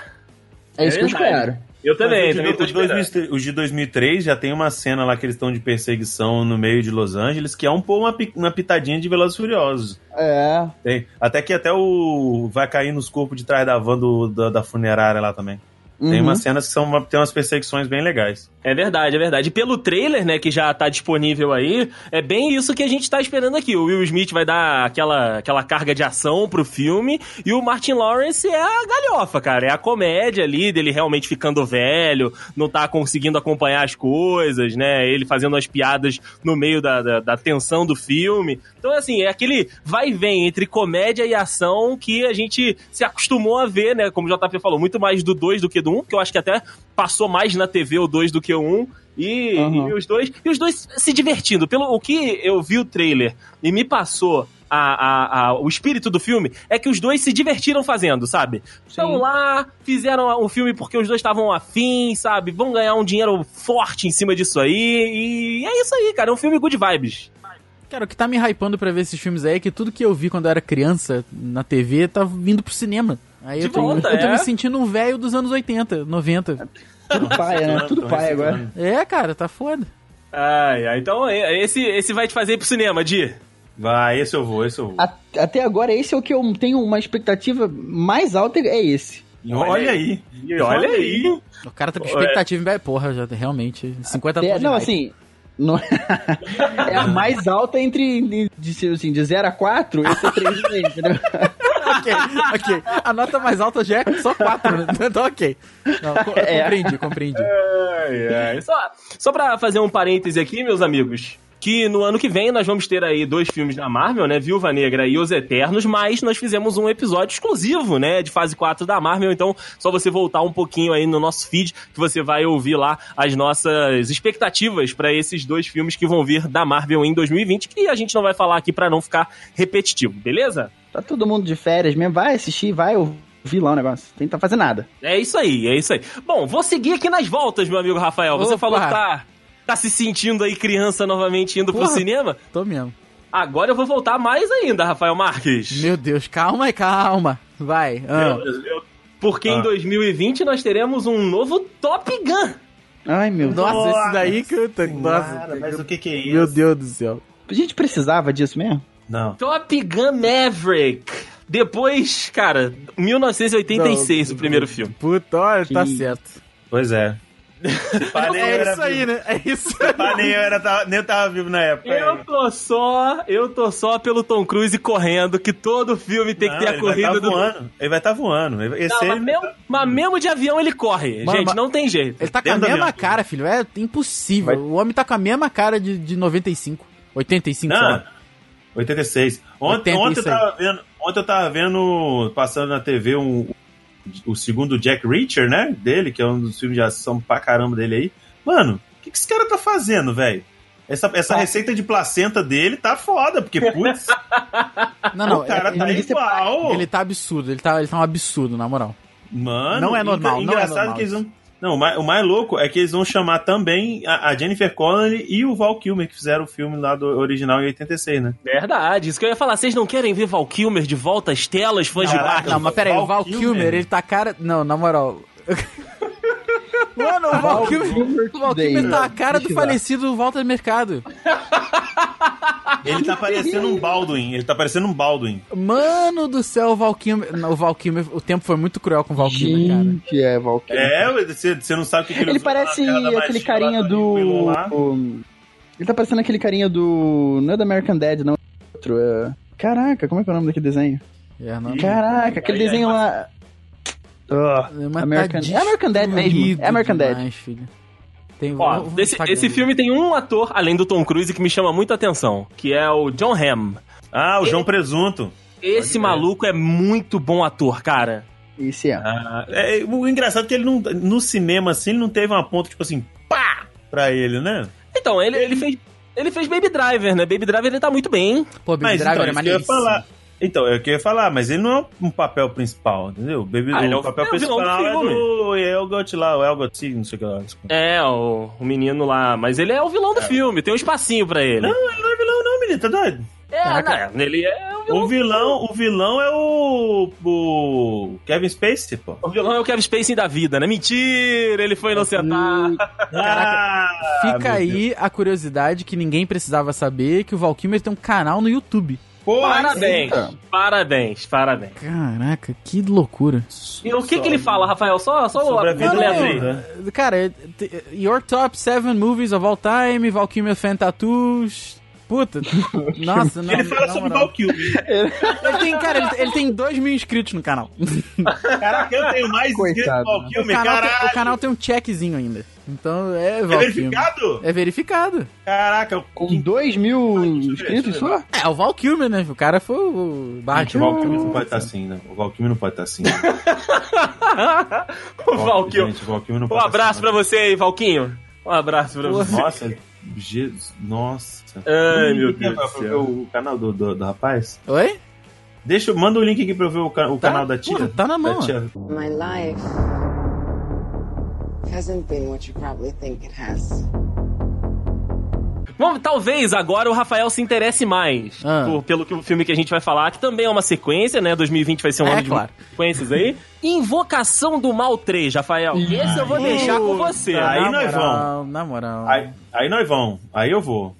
É, isso que eu Verdade. espero. Eu também, Mas também tô o de, esperando. 2003 os de 2003 já tem uma cena lá que eles estão de perseguição no meio de Los Angeles, que é um pouco uma, pi- uma pitadinha de Velozes e Furiosos. É, Tem. Até que até o. Vai cair nos corpos de trás da van do- da, da funerária lá também. Tem uhum. umas cenas que são uma- tem umas perseguições bem legais. É verdade, é verdade. E pelo trailer, né, que já tá disponível aí, é bem isso que a gente tá esperando aqui. O Will Smith vai dar aquela, aquela carga de ação pro filme e o Martin Lawrence é a galhofa, cara. É a comédia ali dele realmente ficando velho, não tá conseguindo acompanhar as coisas, né? Ele fazendo as piadas no meio da, da, da tensão do filme. Então, assim, é aquele vai e vem entre comédia e ação que a gente se acostumou a ver, né? Como o JP falou, muito mais do 2 do que do do 1, que eu acho que até passou mais na TV o 2 do que o 1. E, Aham. e os dois. E os dois se divertindo. Pelo o que eu vi o trailer e me passou. a- a- a- o espírito do filme é que os dois se divertiram fazendo, sabe? Estão lá, fizeram o filme porque os dois estavam afim, sabe? Vão ganhar um dinheiro forte em cima disso aí. E é isso aí, cara. É um filme good vibes. Cara, o que tá me hypando pra ver esses filmes aí é que tudo que eu vi quando eu era criança na TV tá vindo pro cinema. Aí De eu tô, volta, eu tô é? me sentindo um velho dos anos 80, 90. Tudo paia, né? Tô Tudo paia reciclando. agora. É, cara, tá foda. Ai, ai, então e- esse, esse vai te fazer ir pro cinema, Di. Vai, esse eu vou, esse eu vou. A- Até agora, esse é o que eu tenho uma expectativa mais alta, é esse. E olha aí. E olha aí. O cara tá com expectativa, é. porra, já realmente. 50 É, tons de não, hype. assim. não- é a mais alta entre. De, assim, de 0 a 4, esse é 3 entendeu? ok, ok. A nota mais alta já é só 4, né? Então, ok. Não, co- É. Compreendi, compreendi. Ai, ai. É, Só, só pra fazer um parêntese aqui, meus amigos. Que no ano que vem nós vamos ter aí dois filmes da Marvel, né? Viúva Negra e Os Eternos, mas nós fizemos um episódio exclusivo, né? De fase 4 da Marvel, então só você voltar um pouquinho aí no nosso feed que você vai ouvir lá as nossas expectativas pra esses dois filmes que vão vir da Marvel em 2020, que a gente não vai falar aqui pra não ficar repetitivo, beleza? Tá todo mundo de férias mesmo, vai assistir, vai ouvir lá o negócio. Tem que fazer nada. É isso aí, é isso aí. Bom, vou seguir aqui nas voltas, meu amigo Rafael. Você Opa. falou que tá, tá se sentindo aí criança novamente indo pro Porra. cinema. Tô mesmo. Agora eu vou voltar mais ainda, Rafael Marques. Meu Deus, calma e calma. Vai. ah. Meu Deus, meu- Porque em Ah. 2020 nós teremos um novo Top Gun. Ai, meu Deus. Nossa, esse Nossa daí que eu tô. Nossa, Cara, mas o que que é isso? meu Deus do céu. A gente precisava disso mesmo? Não. Top Gun Maverick. Depois, cara, 1986, Não, o primeiro filme. Puta, olha, tá Que- certo. Pois é. Parei, eu É era isso aí, vivo. né? É isso Ah, nem eu, era, tava- nem eu tava vivo na época. Eu tô só, eu tô só pelo Tom Cruise correndo, que todo filme tem que ter a corrida ele vai tá do voando. Ele vai estar voando. Ele- Esse Não, aí- mas, mesmo, mas mesmo de avião ele corre. Mano, gente, mas- não tem jeito. Ele tá com a Dentro da mesma minha- cara, filho. É impossível. Vai- O homem tá com a mesma cara de, de 95. 85, Não. sabe? 86. Ontem, 86. ontem eu tava vendo, ontem eu tava vendo, passando na TV um, o segundo Jack Reacher, né? Dele, que é um dos filmes de ação pra caramba dele aí. Mano, o que, que esse cara tá fazendo, velho? Essa, essa receita de placenta dele tá foda, porque, putz, Não, não. é, o cara ele- tá ele- igual. Ele tá absurdo. Ele tá, ele tá um absurdo, na moral. Mano, Não é normal, não é Engraçado normal que eles vão. Não, o mais, o mais louco é que eles vão chamar também a, a Jennifer Connelly e o Val Kilmer, que fizeram o filme lá do original em 86, né? Verdade, isso que eu ia falar. Vocês não querem ver Val Kilmer de volta às telas, fãs de Caraca, Marvel? Não, mas peraí, o Val Kilmer, ele tá cara. Não, na moral. Mano, o Val Kilmer. O Val Kilmer tá a cara do Deixa eu ver. falecido Walter Mercado. Ele tá parecendo um Baldwin, ele tá parecendo um Baldwin. Mano do céu, o Val Kilmer. não, O Val Kilmer, o tempo foi muito cruel com o Val Kilmer, cara. Gente, é, Valkyrie. É, você você não sabe o que, que Ele usou parece na cara da aquele Matilda carinha lá, Willon do. lá. o- Ele tá parecendo aquele carinha do. Não é do American Dad, não. é Outro. é- Caraca, como é que é o nome daquele desenho? É, não. Caraca, aquele Aí, aí, desenho lá. Ah, Mas American- tá é American Dad mesmo, destruído é American Dad. demais, filho. Tem Ó, vou- vou desse- sacar- esse filme tem um ator, além do Tom Cruise, que me chama muita atenção, que é o John Hamm. Ah, o João Presunto. Esse Pode crer. maluco é muito bom ator, cara. esse é. Ah, é, o engraçado é que ele não, no cinema, assim, ele não teve uma ponta, tipo assim, pá, pra ele, né? Então, ele, ele fez... Ele fez Baby Driver, né? Baby Driver ele tá muito bem. Pô, Baby Mas Driver é então, isso que eu ia maneiríssimo. falar. Então, é o que eu ia falar, mas ele não é um papel principal, entendeu? Baby, Ah, ele é o o- papel é o vilão principal do é filme. do Elgot lá, o Elgot, não sei o que lá. É, o, o menino lá. Mas ele é o vilão do filme, tem um espacinho pra ele. Não, ele não é vilão não, menino, tá doido? é, né? Ele é O o vilão. vilão, o vilão é o, o Kevin Spacey, pô. O vilão é o Kevin Spacey da vida, né? Mentira, ele foi inocentado. tá- Ah, Hum. Fica meu Deus. aí a curiosidade que ninguém precisava saber que o Val Kilmer tem um canal no YouTube. Pô, Parabéns, parabéns, parabéns. Caraca, que loucura. E o que que ele fala, Rafael? Só, só Sobre é a o vida Não, completo dele. aí. não. Cara, t- your top 7 movies of all time, Val Kilmer fan tattoos. Puta. Nossa, não. Ele fala na sobre moral. Valkyrie. Ele tem, cara, ele, ele tem 2 mil inscritos no canal. Caraca, eu tenho mais inscrito que Coitado, Val O Kilmer, canal, caralho. tem, o canal tem um checkzinho ainda. Então é É Val Kilmer. verificado? É verificado. Caraca, eu- Com Ah, 2 mil inscritos só? É, o Val Kilmer, né? O cara foi o Gente, o Batman. Valkyrie não pode estar assim, né? O Valkyrie não pode estar assim. o Valquinho. Gente, o Valkyrie não Um pode tá abraço assim, pra você aí, Valquinho. Um abraço pra você. Nossa, Jesus, nossa. É, Ai, meu Tem Deus do pra- pra ver céu. O canal do, do, do rapaz? Oi? Deixa, eu- manda o link aqui pra eu ver o, ca- o Tá? canal da tia. Porra, tá na mão, Da tia. My life hasn't been what you probably think it has. Bom, talvez agora o Rafael se interesse mais Ah. por- pelo que, o filme que a gente vai falar, que também é uma sequência, né? 2020 vai ser um É, ano de claro. sequências aí. Invocação do Mal 3, Rafael. Esse eu vou deixar com você. Aí na nós moral, Na moral. Aí, aí nós vamos. Aí eu vou.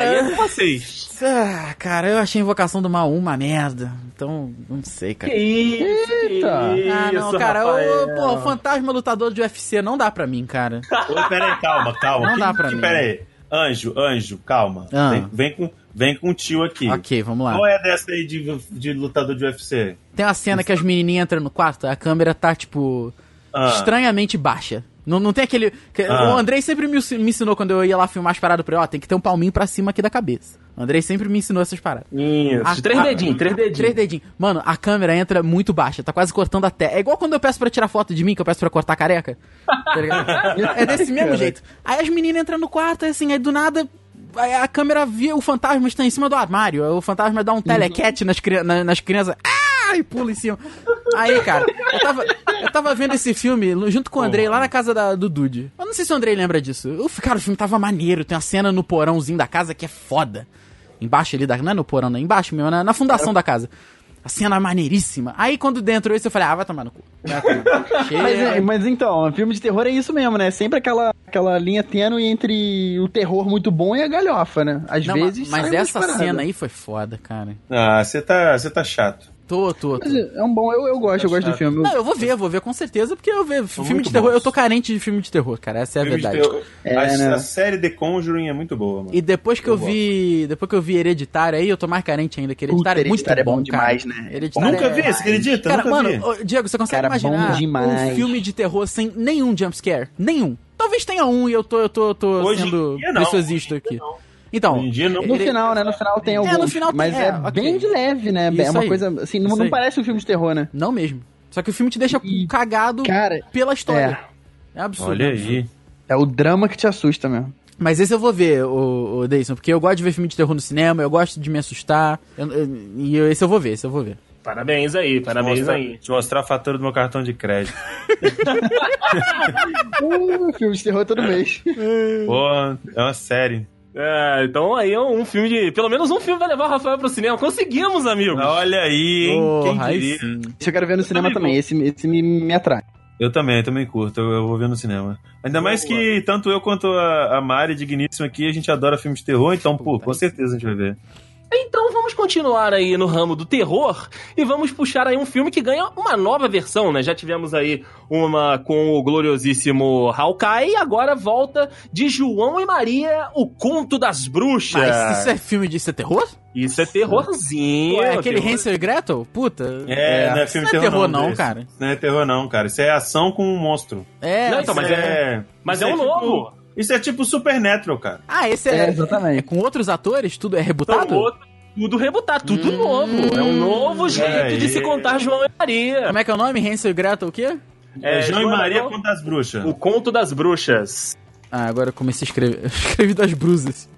Aí é com vocês. Ah, cara, eu achei a Invocação do Mal uma merda. Então, não sei, cara. Que isso, Eita. que isso, Ah, não, cara, Rafael. o, pô, o fantasma lutador de UFC não dá pra mim, cara. Ô, peraí, calma, calma. Não Que- dá pra que- mim. Peraí. Anjo, anjo, calma. Ah. Vem, vem com, vem com o tio aqui. ok, vamos lá. Qual é dessa aí de, de lutador de UFC? Tem uma cena que as menininhas entram no quarto, a câmera tá, tipo, Ah, estranhamente baixa. Não, não tem aquele. que- Ah. O Andrei sempre me, ensi- me ensinou quando eu ia lá filmar as paradas pra ele, ó, tem que ter um palminho pra cima aqui da cabeça. O Andrei sempre me ensinou essas paradas. Isso. Ah, três ah, dedinhos, três dedinhos. Três dedinhos. Mano, a câmera entra muito baixa, tá quase cortando a tela. É igual quando eu peço pra tirar foto de mim, que eu peço pra cortar a careca. Tá ligado? é desse mesmo jeito. Aí as meninas entram no quarto, assim, aí do nada. aí A câmera vê o fantasma está em cima do armário. aí O fantasma dá um telecat nas, cri- na- nas crianças. Ah! E pula em cima. Aí, cara, eu tava, eu tava vendo esse filme junto com o Andrei lá na casa da- do Dude. Eu não sei se o Andrei lembra disso. Eu, cara, o filme tava maneiro. Tem uma cena no porãozinho da casa que é foda. Embaixo ali da. Não é no porão, não. Embaixo mesmo, na, na fundação da casa. A cena maneiríssima. Aí quando dentro isso, eu falei, ah, vai tomar no cu. Vai tomar no cu. Chega. Mas, é, mas então, filme de terror é isso mesmo, né? Sempre aquela, aquela linha tênue entre o terror muito bom e a galhofa, né? Às Não, vezes. mas sai mas umas essa paradas. cena aí foi foda, cara. Ah, você tá, você tá chato. Tô, tô, tô. Mas é um bom, eu, eu gosto, eu gosto do filme. Não, eu vou ver, vou ver com certeza, porque eu vejo filme de muito terror. bons. Eu tô carente de filme de terror, cara. Essa é a Filme de verdade. terror. É, a, né? a série The Conjuring é muito boa, mano. E depois que eu, Eu vi. Depois que eu vi Hereditário aí, eu tô mais carente ainda, que Hereditário é Puta, muito Hereditário é bom, bom cara. demais, né? Hereditário Nunca é- vi, você acredita? Cara, Nunca mano, vi. ô, Diego, você consegue Cara, bom imaginar um demais. filme de terror sem nenhum jumpscare? Nenhum. Talvez tenha um e eu tô, eu tô, eu tô Hoje em sendo dia não, preciosista hoje em aqui. dia não. Então, Hoje em dia não. No Ele- final, né? No final tem alguns. no final tem- mas é, é, ok. bem de leve, né? Isso é uma aí. coisa. Assim, não, Isso não aí. parece um filme de terror, né? não mesmo. Só que o filme te deixa E- cagado Cara, pela história. É, absurdo. Olha aí. é o drama que te assusta mesmo. Mas esse eu vou ver, o, o Dayson, porque eu gosto de ver filme de terror no cinema, eu gosto de me assustar. eu- eu- E eu- esse eu vou ver, esse eu vou ver. Parabéns aí, parabéns mostrar, aí. te mostrar a fatura do meu cartão de crédito. Uh, filme de terror todo mês. Porra, é uma série. É, então aí é um filme de. Pelo menos um filme vai levar o Rafael pro cinema. Conseguimos, amigo. Olha aí, hein? Porra, Quem aí diria? sim. Isso eu quero ver no cinema também. Esse, esse me, me atrai. Eu também, eu também curto. Eu, eu vou ver no cinema. Ainda mais que tanto eu quanto a, a Mari, digníssima aqui, a gente adora filme de terror, então, pô, com certeza a gente vai ver. Então vamos continuar aí no ramo do terror e vamos puxar aí um filme que ganha uma nova versão, né? Já tivemos aí uma com o gloriosíssimo Hawkeye e agora volta de João e Maria, o Conto das Bruxas. Mas isso é filme de isso é terror? Isso é terrorzinho. Ou é aquele terror- Hansel e Gretel? Puta. É, não é Isso filme não é de terror, terror, não, não, desse. cara. Não é terror, não, cara. Isso é ação com um monstro. É, Não, então, isso mas é- é. mas isso é um tipo- novo. Isso é tipo Supernatural, cara. Ah, esse É, é. é exatamente. com outros atores? Tudo é Então, rebutado? outro- tudo rebutado, tudo novo. É um novo jeito de se aí. contar João e Maria. Como é que é o nome? Hansel e Gretel o quê? É, João e Joana, Maria não? contra as bruxas. O Conto das Bruxas. Ah, agora eu comecei a escrever. Eu escrevi das brusas.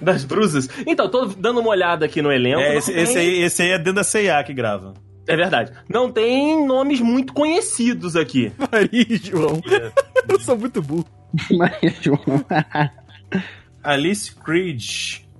Das Bruxas. Então, tô dando uma olhada aqui no elenco. É, Não esse, tem- esse aí, esse aí é dentro da CIA que grava. É verdade. Não tem nomes muito conhecidos aqui. Hum. Paris, João. É. Eu sou muito burro. Maria João. Alice Creed.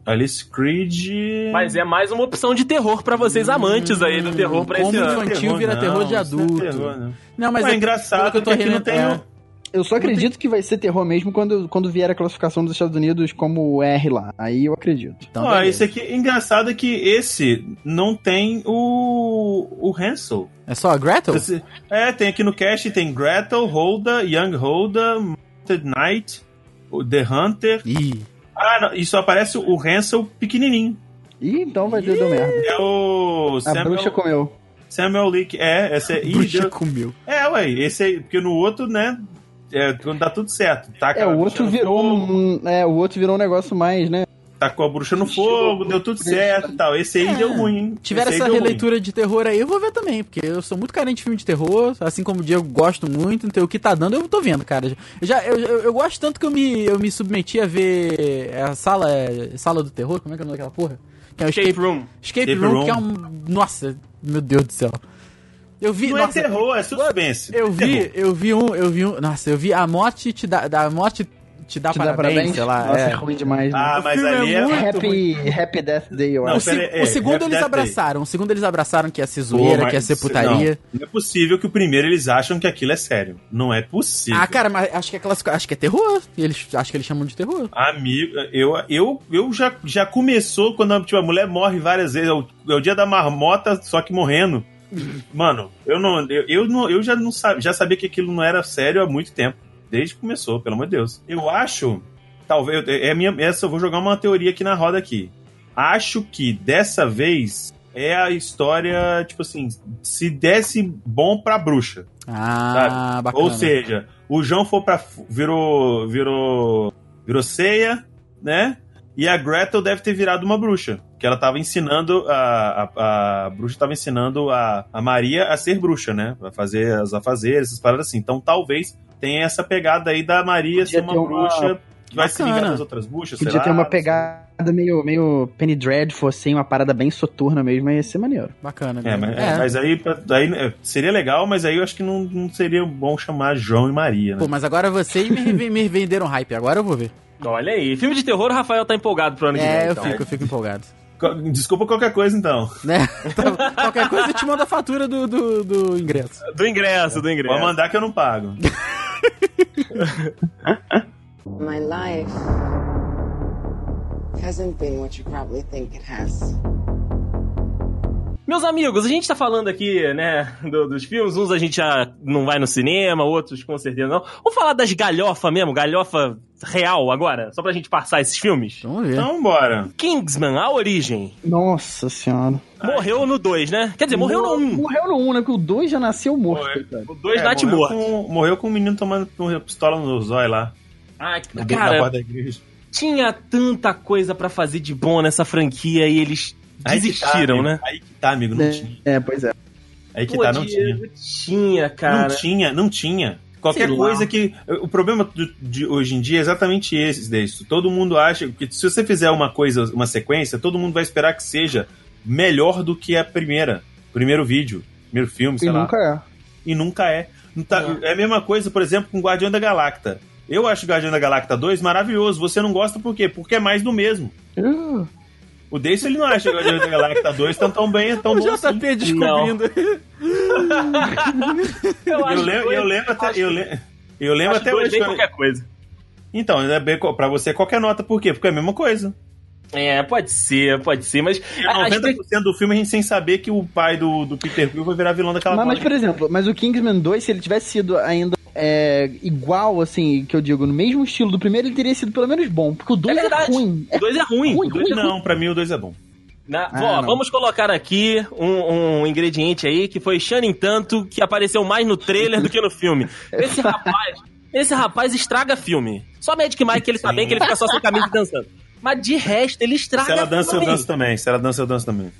Alice Creed. Mas é mais uma opção de terror pra vocês amantes aí do terror pra esse Hum. como ano. foi? infantil vira terror de isso não é adulto. terror, não. Não, mas. Mas eu- é pelo engraçado que eu que, tô aqui não relendo- tem. é. o- Eu só acredito que vai ser terror mesmo quando, quando vier a classificação dos Estados Unidos como R lá. Aí eu acredito. Então, Ó, beleza. esse aqui, engraçado é que esse não tem o, o Hansel. É só a Gretel? Esse- é, tem aqui no cast, tem Gretel, Holda, Young Holda, Mounted Knight, o The Hunter. Ih. Ah, não, e só aparece o Hansel pequenininho. Ih, então vai ter deu merda. É o A Samuel, bruxa comeu. Samuel Leak. É, esse é. Ih, Bruxa deu- comeu. É, ué, esse aí, porque no outro, né? É, quando dá tudo certo. Taca É, a o bruxa outro no virou fogo, um. É, o outro virou um negócio mais, né? Tacou a bruxa no fogo, deu tudo certo e tal. Esse aí É. deu ruim, hein? Tiveram Esse aí essa deu ruim. releitura de terror aí, eu vou ver também, porque eu sou muito carente de filme de terror, assim como o Diego gosto muito, então o que tá dando eu tô vendo, cara. Eu, já, eu, eu, eu gosto tanto que eu me, eu me submeti a ver é, a sala, é, sala do terror, como é que é o nome daquela porra? Que é o Escape Escape, Room. Escape, Escape Room, Room. que é um... Nossa, meu Deus do céu. Eu vi... Não nossa, é terror, é suspense. Eu Terror. vi, eu vi um, eu vi um... Nossa, eu vi A Morte Te Dá, da, a morte te dá, Te dá Ah, parabéns, parabéns. sei lá. Nossa, é. é. ruim demais, né? Ah, O mas filme é ali é. muito- happy, happy Death Day, eu Não, O, acho. se- pera aí, é, o segundo Happy eles Death Day. abraçaram, o segundo eles abraçaram que ia ser Pô, zoeira, que ia mas- É ser putaria. Não, não é possível que o primeiro eles acham que aquilo é sério. Não é possível. Ah, cara, mas acho que é clássico, acho que é terror. E Eles, acho que eles chamam de terror. Amigo, eu, eu, eu já, já começou quando tipo, a mulher morre várias vezes. É o, é o dia da marmota, só que morrendo. Mano, eu não. Eu, eu não, eu já, não sa- já sabia que aquilo não era sério há muito tempo. Desde que começou, pelo amor de Deus. Eu acho. Talvez. É a minha, essa eu vou jogar uma teoria aqui na roda aqui. Acho que dessa vez é a história, tipo assim, se desse bom pra bruxa. Ah, bacana. Ou seja, o João foi pra. virou. virou. virou ceia, né? E a Gretel deve ter virado uma bruxa. Que ela tava ensinando. A, a, a bruxa tava ensinando a, a Maria a ser bruxa, né? A fazer as afazeres, essas paradas assim. Então talvez tenha essa pegada aí da Maria ser uma ter uma- bruxa que vai se ligar Bacana. das outras bruxas. sei Podia lá, assim. ter uma não sei. pegada meio, meio Penny Dreadful, assim, uma parada bem soturna mesmo, ia ser maneiro. Bacana, É, mesmo. mas, é, mas aí, pra- daí é, seria legal, mas aí eu acho que não, não seria bom chamar João e Maria, né? Pô, mas agora vocês me, me venderam hype, agora eu vou ver. Olha aí. Filme de terror, o Rafael tá empolgado pro ano que vem. É, eu então. fico, eu fico empolgado. Co- Desculpa qualquer coisa, então. Né? Tá- Qualquer coisa eu te mando a fatura do, do, do ingresso. Do ingresso, do ingresso. Pode mandar que eu não pago. My life hasn't been what you probably think it has. Meus amigos, a gente tá falando aqui, né, do- dos filmes. Uns a gente já não vai no cinema, outros com certeza não. Vamos falar das galhofa mesmo, galhofa real agora, só pra gente passar esses filmes. Vamos ver. Então, bora. Kingsman, A Origem. Nossa senhora. Morreu no 2, né? Quer dizer, morreu no 1. Um. Morreu no 1, né? Porque o 2 já nasceu morto, Foi. cara. O 2 É, bate morreu morto. com- morreu com um menino tomando uma pistola no zóio lá. Ah, Na, cara, na cara, porta da igreja. tinha tanta coisa pra fazer de bom nessa franquia e eles Aí que tá, desistiram, amigo. né? Aí que tá, amigo, não tinha. É, pois é. Aí que Pô, tá, não tinha. Diego, tinha, cara. Não tinha, não tinha. Qualquer Sei lá. coisa que. O problema do- de hoje em dia é exatamente esse, Deis. Todo mundo acha que se você fizer uma coisa, uma sequência, todo mundo vai esperar que seja melhor do que a primeira. Primeiro vídeo, primeiro filme, sei E lá. nunca é. E nunca é. Não tá- é. a mesma coisa, por exemplo, com Guardião da Galacta. Eu acho Guardião da Galacta 2 maravilhoso. Você não gosta por quê? Porque é mais do mesmo. Uh, O Deis ele não acha Guardião da Galacta 2 tão, tão bem, tão O bom assim. JP descobrindo. Eu acho lembro, dois- eu lembro até, acho- eu le- eu lembro acho até dois hoje. bem quando- qualquer coisa. Então, é bem co- pra você qualquer nota, por quê? Porque é a mesma coisa. É, pode ser, pode ser, mas. E a- a 90% do filme a gente sem saber que o pai do, do Peter Quill vai virar vilão daquela Mas, mas, bola. por exemplo, mas o Kingsman 2, se ele tivesse sido ainda é, igual, assim, que eu digo, no mesmo estilo do primeiro, ele teria sido pelo menos bom. Porque o 2 é, verdade. ruim. O dois é ruim. Ruim, O dois é ruim. Não, pra mim o 2 é bom. Na- Ah, ó, não. vamos colocar aqui um, um ingrediente aí que foi Shannon Tanto, que apareceu mais no trailer do que no filme. Esse rapaz, esse rapaz estraga filme. Só Magic Mike ele tá Sim. bem, que ele fica só sem camisa e dançando. Mas de resto, ele estraga Se ela dança, eu filme. danço também. Se ela dança, eu danço também.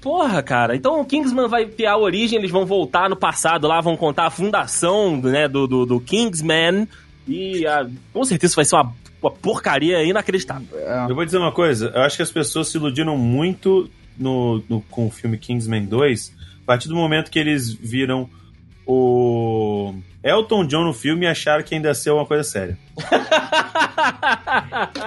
Porra, cara. Então o Kingsman vai ter a origem, eles vão voltar no passado lá, vão contar a fundação né, do, do, do Kingsman. E ah, com certeza vai ser uma, uma porcaria inacreditável. Eu vou dizer uma coisa, eu acho que as pessoas se iludiram muito no, no- com o filme Kingsman 2, a partir do momento que eles viram o Elton John no filme e acharam que ainda ia ser uma coisa séria.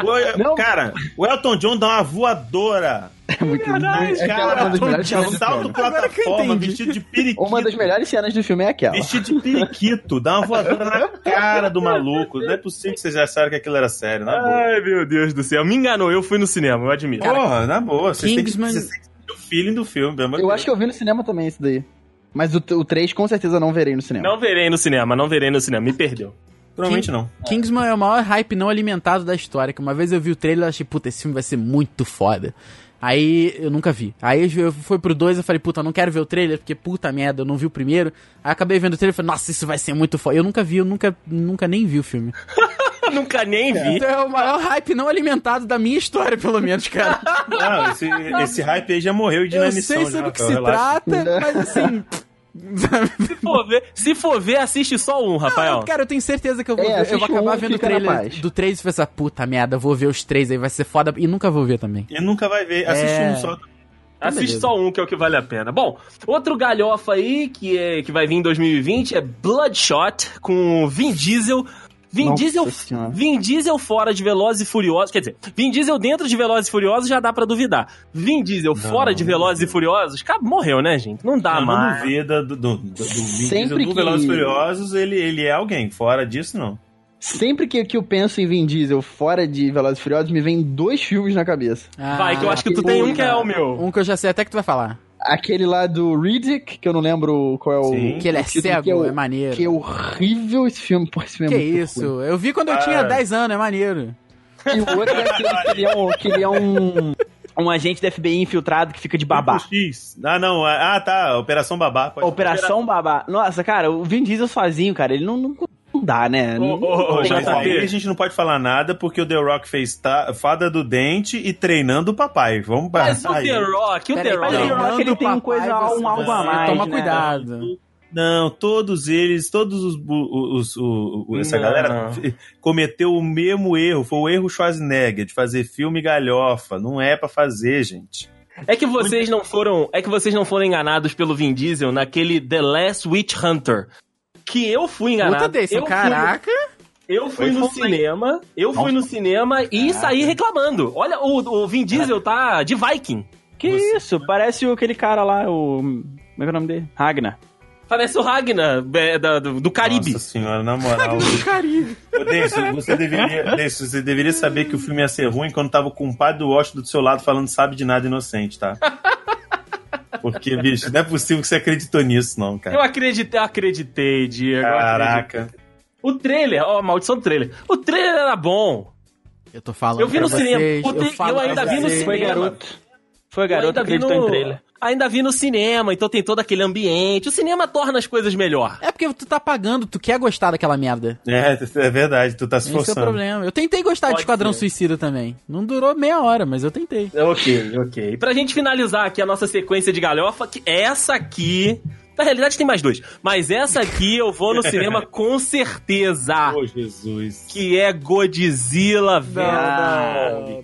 O- Não. Cara, o Elton John dá uma voadora. É muito Caralho, é aquela cara, uma das melhores Um cenas do salto filme. Agora que eu plataforma, entendi. vestido de periquito. Uma das melhores cenas do filme é aquela. Vestido de periquito, dá uma voadora na cara do maluco. Não é possível que vocês acharam que aquilo era sério, na boa. Ai, meu Deus do céu. Me enganou, eu fui no cinema, eu admito. Porra, na boa. Vocês têm que- Kingsman- vocês têm que sentir o feeling do filme, pelo amor de Eu Deus. acho que eu vi no cinema também esse daí. Mas o, o 3 com certeza eu não verei no cinema. Não verei no cinema, não verei no cinema, me perdeu. Provavelmente não. Kingsman é o maior hype não alimentado da história. Que uma vez eu vi o trailer e achei, puta, esse filme vai ser muito foda. Aí eu nunca vi. Aí eu fui pro 2 eu falei, puta, eu não quero ver o trailer, porque puta merda, eu não vi o primeiro. Aí acabei vendo o trailer e falei, nossa, isso vai ser muito foda. Eu nunca vi, eu nunca, nunca nem vi o filme. Nunca nem vi. Então é o maior hype não alimentado da minha história, pelo menos, cara. Não, Ah, esse, esse hype aí já morreu de é eu dinamição. né, sei já, sobre o que Rafael, se relaxa. trata, mas assim. Se for ver, se for ver, assiste só um, Rafael. Cara, eu tenho certeza que eu vou, É, ver- eu assiste vou acabar um, vendo o fica na trailer paz. do 3 e vou pensar, puta merda, eu vou ver os três aí, vai ser foda. E nunca vou ver também. E nunca vai ver. Assiste É. um só. Assiste beleza. só um, que é o que vale a pena. Bom, outro galhofa aí que, é, que vai vir em 2020 é Bloodshot com Vin Diesel. Vin Nossa Diesel, Senhora. Vin Diesel fora de Velozes e Furiosos, quer dizer, Vin Diesel dentro de Velozes e Furiosos já dá pra duvidar. Vin Diesel fora de Velozes e Furiosos, cara, morreu, né, gente? Não dá Ah, não mais. duvida do, do, do, do, Vin Sempre Diesel, do que- Velozes e Furiosos, ele, ele é alguém. Fora disso, não. Sempre que, que eu penso em Vin Diesel fora de Velozes e Furiosos, me vem dois filmes na cabeça. Vai, Ah, que eu acho que tu tem um que é o meu. Um que eu já sei até que tu vai falar. Aquele lá do Riddick, que eu não lembro qual é o... Sim. Que ele é título, cego, que o- é maneiro. Que é horrível esse filme, porra, esse filme Que é muito isso? ruim. Eu vi quando eu tinha Ah. 10 anos, é maneiro. E o outro é aquele que ele é um... Que ele é um... um agente da FBI infiltrado que fica de babá. Triple X. Ah, não. Ah, tá. Operação Babá. Pode Operação Babá. Nossa, cara, o Vin Diesel sozinho, cara, ele não, não, não dá, né? Ô, ô, ô, Ô, tem mas JP. aí a gente não pode falar nada porque o The Rock fez ta- fada do dente e treinando o papai. Vamos pra Mas o aí. The Rock, o Peraí, The mas Rock. Mas eu acho que ele tem um Papai, coisa, você- um algo a você mais. Toma né? cuidado. Não, todos eles, todos os, bu- os- o- o- essa Não. galera f- cometeu o mesmo erro, foi o erro Schwarzenegger de fazer filme galhofa, não é pra fazer, gente. É que vocês não foram, é que vocês não foram enganados pelo Vin Diesel naquele The Last Witch Hunter. Que eu fui enganado. Puta desse, eu fui- caraca. eu fui no cinema, eu fui no cinema e saí reclamando. Olha, o, o Vin Diesel tá de Viking. Que isso? Parece o- aquele cara lá, o. Como é que é o nome dele? Ragnar. Parece o Ragnar é, da- do, do Caribe. Nossa senhora, na moral. Caribe. Ô, Deison, você deveria, Deison, você deveria saber que o filme ia ser ruim quando tava com o padre do Washington do seu lado falando sabe de nada inocente, tá? Porque, bicho, não é possível que você acreditou nisso, não, Eu cara. acreditei, eu acreditei, Diego. eu acreditei. Caraca. O trailer, ó, a maldição do trailer. O trailer era bom. Eu tô falando. Eu vi pra no vocês, cinema. Puta, Eu, falo eu ainda pra vi no vocês. cinema. Foi garoto. Foi garoto, Eu ainda vi acreditou no- em trailer. Ainda vi no cinema, então tem todo aquele ambiente. O cinema torna as coisas melhor. É porque tu tá pagando, tu quer gostar daquela merda. É, é verdade, tu tá se Esse é o forçando. problema. Eu tentei gostar Pode de Esquadrão ser. Suicida também. Não durou meia hora, mas eu tentei. Ok, ok. E pra gente finalizar aqui a nossa sequência de galhofa, que essa aqui. Na realidade tem mais dois. Mas essa aqui eu vou no cinema com certeza. Ô, Jesus. Que é Godzilla, velho.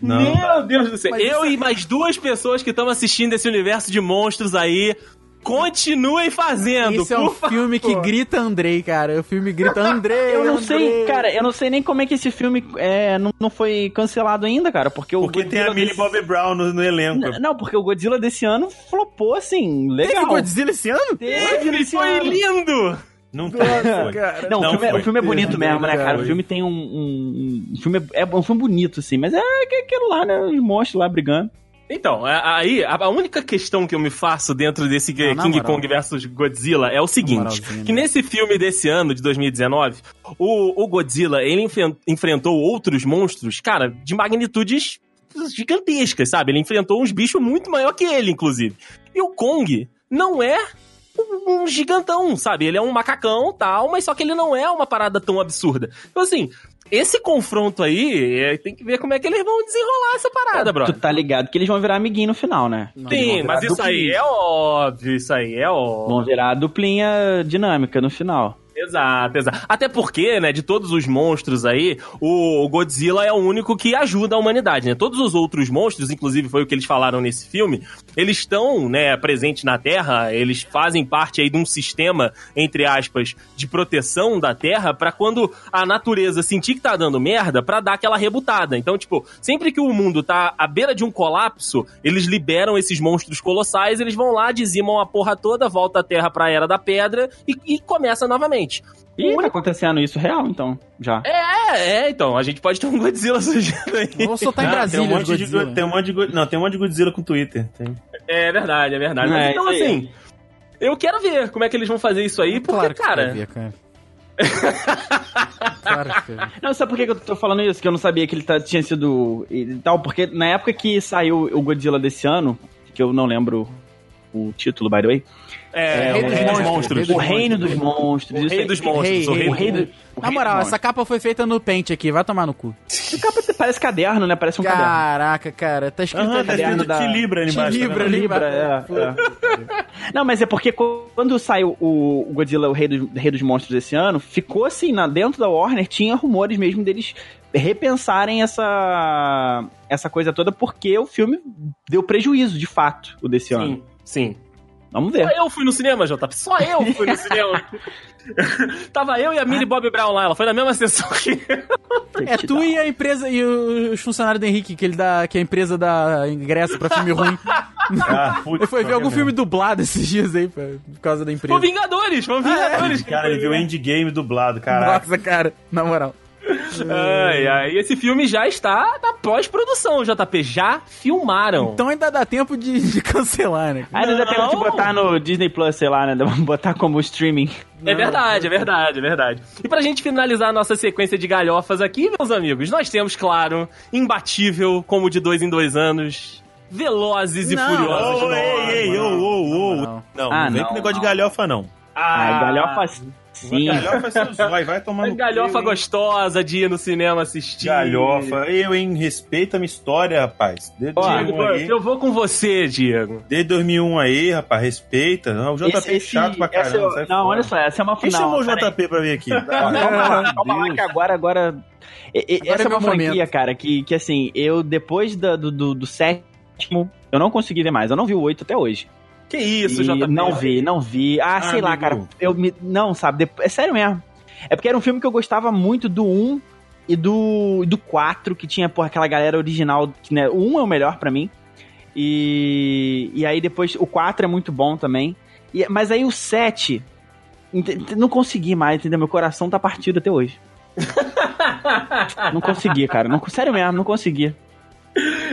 Não, Meu dá. Deus do céu. Mas eu isso- e mais duas pessoas que estão assistindo esse universo de monstros aí. Continuem fazendo, Esse é um por filme que grita Andrei, cara. É O filme grita Andrei. Eu não Andrei. sei, cara, eu não sei nem como é que esse filme é, não, não foi cancelado ainda, cara, porque o Porque tem a Godzilla Millie desse- Bobby Brown no, no elenco. N- Não, porque o Godzilla desse ano flopou, assim, Teve legal. Godzilla esse ano? Teve Ele desse é foi um ano. lindo! Não tem. foi. Cara. Não, Não, o, filme, é- foi. o filme é bonito Teve, mesmo, né, cara, cara? O foi. filme tem um. um, um filme é, é um filme bonito, assim, mas é que- aquilo lá, né? Os monstros lá brigando. Então, a- aí, a a única questão que eu me faço dentro desse King na moral. Kong versus Godzilla é o seguinte, moralzinha, que né? nesse filme desse ano, de 2019, o, o Godzilla, ele enfen- enfrentou outros monstros, cara, de magnitudes gigantescas, sabe? Ele enfrentou uns bichos muito maior que ele, inclusive. E o Kong não é um um gigantão, sabe? Ele é um macacão tal, mas só que ele não é uma parada tão absurda. Então, assim, esse confronto aí, é, tem que ver como é que eles vão desenrolar essa parada, bro. Tu tá ligado que eles vão virar amiguinho no final, né? Sim, mas isso aí é óbvio, isso aí é óbvio. Vão virar a duplinha dinâmica no final. Exato, exato. Até porque, né, de todos os monstros aí, o o Godzilla é o único que ajuda a humanidade, né? Todos os outros monstros, inclusive foi o que eles falaram nesse filme, eles estão, né, presentes na Terra, eles fazem parte aí de um sistema, entre aspas, de proteção da Terra pra quando a natureza sentir que tá dando merda, pra dar aquela rebutada. Então, tipo, sempre que o mundo tá à beira de um colapso, eles liberam esses monstros colossais, eles vão lá, dizimam a porra toda, volta a Terra pra Era da Pedra e, e começa novamente. Ih, tá acontecendo isso real, então, já. É, é, então, a gente pode ter um Godzilla surgindo aí. Vou soltar tá em né? Brasília Não, tem um os monte de Godzilla. Go- tem um monte de Go- Não, tem um monte de Godzilla com Twitter. Tem. É verdade, é verdade. Mas É, então, isso aí. assim, eu quero ver como é que eles vão fazer isso aí, porque, Claro que cara, você vai ver, cara. Cara, cara. Não, sabe por que que eu tô falando isso? Que eu não sabia que ele tá- tinha sido. E tal, porque na época que saiu o Godzilla desse ano, que eu não lembro o título, by the way. É, Rei o dos Rei dos Monstros. Monstros. Rei O dos Reino dos Monstros. O isso Rei aí. dos Monstros. Rei, o rei, Rei, O Rei do- o Na Rei moral, dos essa capa foi feita no Paint aqui, vai tomar no cu. Monstros. Capa- Parece caderno, né? Parece um caderno. Caraca, cara, tá escrito Aham, tá ali. escrito da- Te Libra ali Te embaixo. tá Libra vendo? ali. Libra, é, é. Não, mas é porque quando saiu o o Godzilla, o Rei dos, Rei dos Monstros esse ano, ficou assim, na, dentro da Warner, tinha rumores mesmo deles repensarem essa, essa coisa toda, porque o filme deu prejuízo, de fato, o desse ano. Sim, sim. Vamos Só ver. eu fui no cinema, JP. Só eu fui no cinema. Tava eu e a Millie Bob Brown lá. Ela foi na mesma sessão que É tu e a empresa e os funcionários do Henrique, que ele dá. que a empresa dá ingresso pra filme ruim. Ah, Ele foi putz, ver qualquer algum merda. filme dublado esses dias aí, pra- por causa da empresa. Foi Vingadores. Foi Vingadores. Cara, ele viu Endgame dublado, caraca. Nossa, cara, na moral. Ai, ai. E esse filme já está na pós-produção, JP. Já filmaram. Então ainda dá tempo de, de cancelar, né? Ah, ainda dá tempo de Não. botar no Disney Plus, sei lá, né? Botar como streaming. É verdade, é verdade, é verdade. E pra gente finalizar a nossa sequência de galhofas aqui, meus amigos, nós temos, claro, imbatível, como de dois em dois anos, velozes e Não. furiosos. Ô, ei, ei, ô, ô, ô. Não. Não, Ah, não vem não, com negócio de não. galhofa, não. Ah, galhofa sim. Galhofa é seu zóio, vai tomar no cu, Galhofa hein? gostosa de ir no cinema assistir. Galhofa. Eu, hein? Respeita a minha história, rapaz. Desde Diego, 2001 aí. eu vou com você, Diego. Esse- Desde 2001 aí, rapaz, respeita. Não, o JP é esse- chato pra essa é- caramba. sai Não, fora. olha só, essa é uma Quem final. chamou o JP pra vir aqui? Calma, calma lá, que agora, agora. e- e- Agora é essa é meu uma franquia, momento. cara, que, que assim, eu depois da- do, do, do sétimo, eu não consegui ver mais. Eu não vi o oito até hoje. Que isso, E JP? Não vi, não vi. Ah, Ah, sei lá, cara. amigo. Eu me. Não, sabe? depo- É sério mesmo. É porque era um filme que eu gostava muito do 1 e do, e do 4, que tinha, porra, aquela galera original. Que, né, o 1 é o melhor pra mim. E, e aí depois o 4 é muito bom também. E- mas aí o 7. ente- ente- Não consegui mais, entendeu? Meu coração tá partido até hoje. não consegui, cara. Não, sério mesmo, não consegui.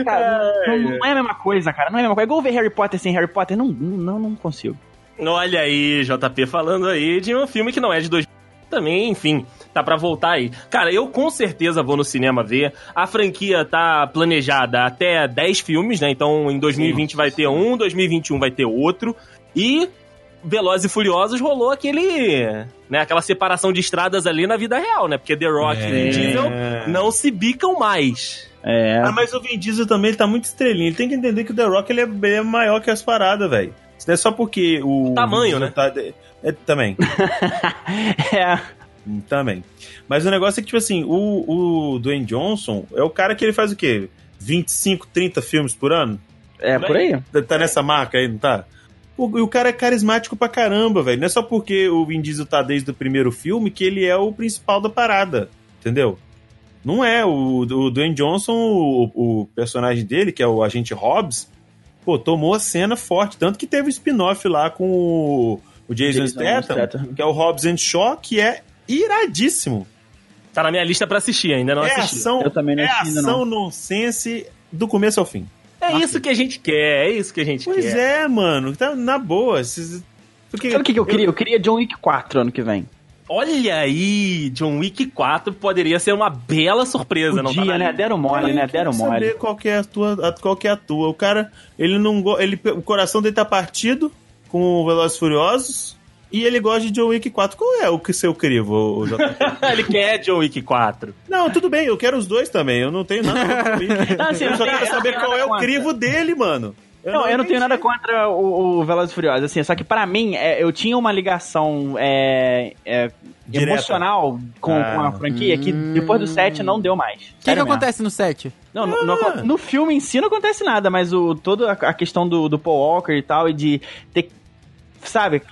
Cara, não, não é a mesma coisa, cara. Não é a mesma coisa. É igual ver Harry Potter sem Harry Potter. Não, não, não consigo. Olha aí, JP falando aí de um filme que não é de 2000 também, enfim, tá pra voltar aí. Cara, eu com certeza vou no cinema ver. A franquia tá planejada até 10 filmes, né? Então em 2020 vai ter um, 2021 vai ter outro. E Velozes e Furiosos rolou aquele, né, aquela separação de estradas ali na vida real, né? Porque The Rock É. e Vin Diesel não se bicam mais. É. Ah, mas o Vin Diesel também ele tá muito estrelinha. Ele tem que entender que o The Rock ele é, ele é maior que as paradas, velho. Isso não é só porque o. tamanho, Vin né? Diesel tá- é, também. É. também. Mas o negócio é que, tipo assim, o, o Dwayne Johnson é o cara que ele faz o quê? 25, 30 filmes por ano? É por aí? Tá- Tá nessa marca aí, não tá? O, e o cara é carismático pra caramba, velho. Não é só porque o Vin Diesel tá desde o primeiro filme que ele é o principal da parada, entendeu? Não é. O, o Dwayne Johnson, o, o personagem dele, que é o agente Hobbs, pô, tomou a cena forte. Tanto que teve o spin-off lá com o, o Jason, Jason Statham, Statham. que é o Hobbs and Shaw, que é iradíssimo. Tá na minha lista pra assistir, ainda não é assisti. ação, Eu também não é assisti ainda, não. ação nonsense do começo ao fim. É isso que a gente quer, é isso que a gente Pois quer. é. mano. Tá na boa. Esses- Porque Sabe o que, que eu queria? Eu queria John Wick 4 ano que vem. Olha aí, John Wick 4 poderia ser uma bela surpresa, não tá Podia, na né? lista. Deram mole, né? Eu quero Deram mole. saber qual que é a tua, a- qual que é a tua. O cara, ele não go- ele o coração dele tá partido com o Velozes e Furiosos e ele gosta de John Wick 4. Qual é o que seu crivo, o, Ele quer John Wick 4. Não, tudo bem, eu quero os dois também. Eu não tenho nada contra o Wick. Não, assim, Eu eu só não quero tenho- saber eu não qual tenho é nada o crivo dele, mano. Não, eu não tenho nada contra o, o Velozes e Furiosos, assim, só que pra mim, é, eu tinha uma ligação é, é, Direta. emocional com, Ah. com a franquia que depois do 7 não deu mais. O que, que Sério mesmo. acontece no set? Não, no, no acon- no filme em si não acontece nada, mas o, toda a, a questão do, do Paul Walker e tal, e de ter, que, sabe,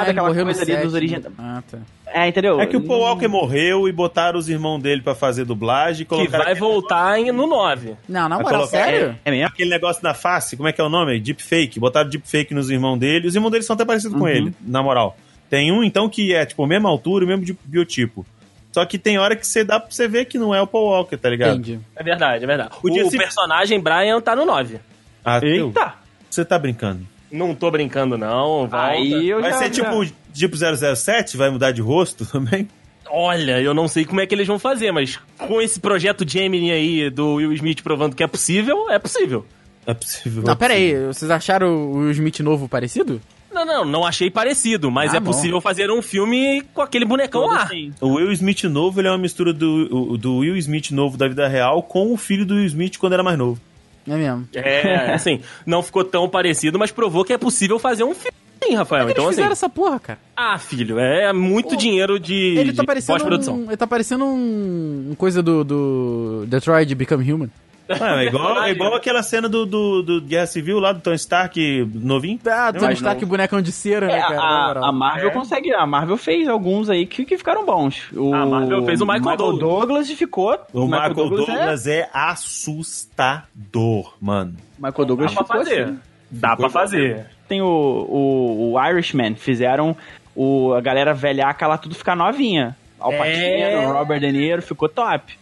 Ah, ele daquela morreu no coisa ali set, dos né? originais. Ah, tá. É, entendeu? É que o Paul Walker morreu e botaram os irmãos dele pra fazer dublagem. Que colocaram vai voltar em- no 9. Não, na Vai moral, colocar- sério? É mesmo? aquele negócio na face, como é que é o nome? Deepfake. Botaram deepfake nos irmãos dele. Os irmãos dele são até parecidos Uhum. com ele, na moral. Tem um, então, que é, tipo, a mesma altura, o mesmo di- biotipo. Só que tem hora que você dá pra você ver que não é o Paul Walker, tá ligado? Entendi. É verdade, é verdade. O, Podia se- personagem Brian tá no 9. Ah, teu, Eita! você tá brincando. Não tô brincando, não. Volta. Aí eu Vai já, né? ser já- tipo, tipo 007, vai mudar de rosto também? Olha, eu não sei como é que eles vão fazer, mas com esse projeto Gemini aí do Will Smith provando que é possível, é possível. É possível. Não, pera aí, vocês acharam o Will Smith novo parecido? Não, não, não achei parecido, mas Ah, é bom. possível fazer um filme com aquele bonecão lá. O Will Smith novo, ele é uma mistura do, o- do Will Smith novo da vida real com o filho do Will Smith quando era mais novo. É mesmo. É, assim, não ficou tão parecido, mas provou que é possível fazer um filme. Sim, Rafael, É Eles então assim. fizeram essa porra, cara. Ah, filho, é muito O- dinheiro de, Ele tá de parecendo pós-produção. um, Ele tá parecendo um, um coisa do, do Detroit Become Human. Ah, é igual, é igual aquela cena do, do, do Guerra Civil lá do Tony Stark novinho. Ah, Mas Tony não. Stark bonecão de cera, É, né, cara? Na a, moral. a É. Marvel consegue. A Marvel fez alguns aí que, que ficaram bons. O, A Marvel fez o Michael Douglas. Douglas e ficou. O Michael Douglas, é, é... assustador, mano. Michael Douglas Dá pra ficou fazer. assim. Dá pra fazer. Tem o, o, o Irishman, fizeram o, a galera velhaca lá tudo ficar novinha. Al Pacino, É. Robert De Niro, ficou top.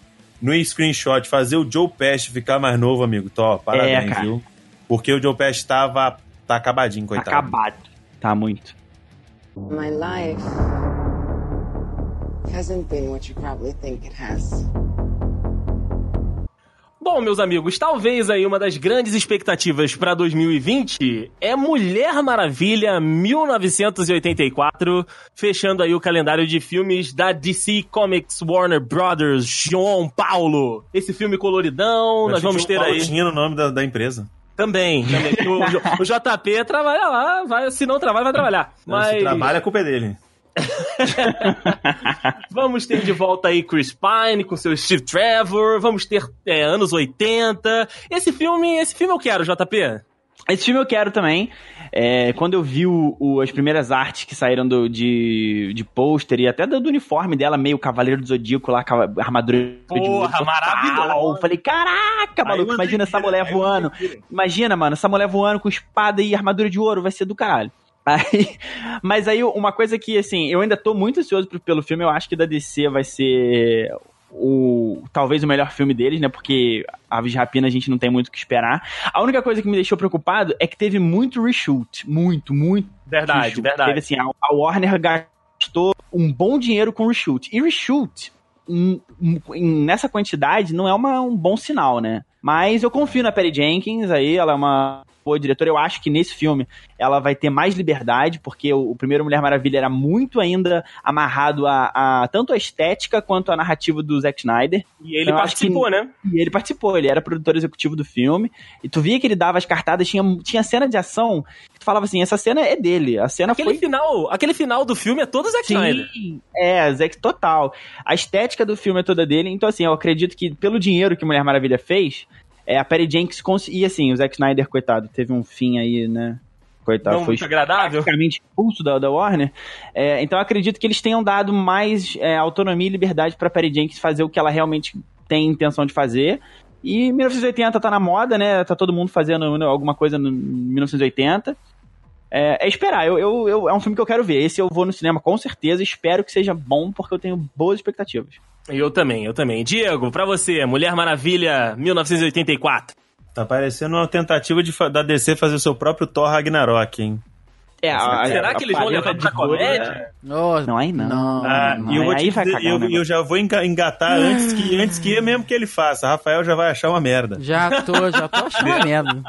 No screenshot, fazer o Joe Pesci ficar mais novo, amigo. Tó, parabéns, É, cara. viu? Porque o Joe Pesci tava, tá acabadinho, Tá coitado. acabado. Tá muito. My life hasn't been what you probably think it has. Bom, meus amigos, talvez aí uma das grandes expectativas pra 2020 é Mulher Maravilha 1984, fechando aí o calendário de filmes da DC Comics Warner Brothers, João Paulo. Esse filme coloridão, nós Achei que vamos o ter Paulo aí. Tinha um no nome da, da empresa. Também, também. O, J- o JP trabalha lá, vai, se não trabalha, vai trabalhar. Não, Se Mas trabalha, a culpa é dele. vamos ter de volta aí Chris Pine com seu Steve Trevor, vamos ter é, anos 80. Esse filme, esse filme eu quero, JP. Esse filme eu quero também. É, quando eu vi o- o- as primeiras artes que saíram do- de, de pôster e até do, do uniforme dela, meio Cavaleiro do Zodíaco lá, cava- armadura de Porra, total. maravilhoso. Eu falei, caraca, maluco, imagina essa mulher voando. Imagina, mano, essa mulher voando com espada e armadura de ouro, vai ser do caralho. Aí- mas aí, uma coisa que, assim, eu ainda tô muito ansioso pro- pelo filme, eu acho que da DC vai ser o talvez o melhor filme deles, né? Porque Aves de Rapina a gente não tem muito o que esperar. A única coisa que me deixou preocupado é que teve muito reshoot. Muito, muito. Verdade, reshoot. verdade. Teve assim, a- a Warner gastou um bom dinheiro com reshoot. E reshoot, em- em- nessa quantidade, não é uma- um bom sinal, né? Mas eu confio na Perry Jenkins aí, ela é uma boa diretora. Eu acho que nesse filme ela vai ter mais liberdade, porque o, o primeiro Mulher Maravilha era muito ainda amarrado a, a tanto a estética quanto a narrativa do Zack Snyder. E ele Eu acho participou, né? E ele participou, ele era produtor executivo do filme. E tu via que ele dava as cartadas, tinha, tinha cena de ação. Que tu falava assim: essa cena é dele. A cena Aquele foi. final, aquele final do filme é todo Zack Snyder. Sim, é, Zack total. A estética do filme é toda dele. Então, assim, eu acredito que pelo dinheiro que Mulher Maravilha fez, é, a Perry Jenkins conseguiu. E assim, o Zack Snyder, coitado, teve um fim aí, né? Coitado, não foi Então, muito agradável. praticamente expulso da, da Warner. É, então eu acredito que eles tenham dado mais é, autonomia e liberdade pra Perry Jenkins fazer o que ela realmente tem intenção de fazer. E 1980 tá na moda, né? Tá todo mundo fazendo né, alguma coisa no 1980. É, é esperar, eu, eu, eu- é um filme que eu quero ver. Esse eu vou no cinema com certeza, espero que seja bom, porque eu tenho boas expectativas. Eu também, eu também. Diego, pra você, Mulher Maravilha 1984. Tá parecendo uma tentativa de, fa- da DC fazer o seu próprio Thor Ragnarok, hein? É, a- Será a- que a eles vão paleta levar de pra ouro, comédia? né? Oh, Não, aí não. Ah, não, e eu, vou aí te vai dizer, cagar o eu, negócio. eu já vou enga- engatar antes que, antes que mesmo que ele faça. Rafael já vai achar uma merda. Já tô, já tô achando uma merda.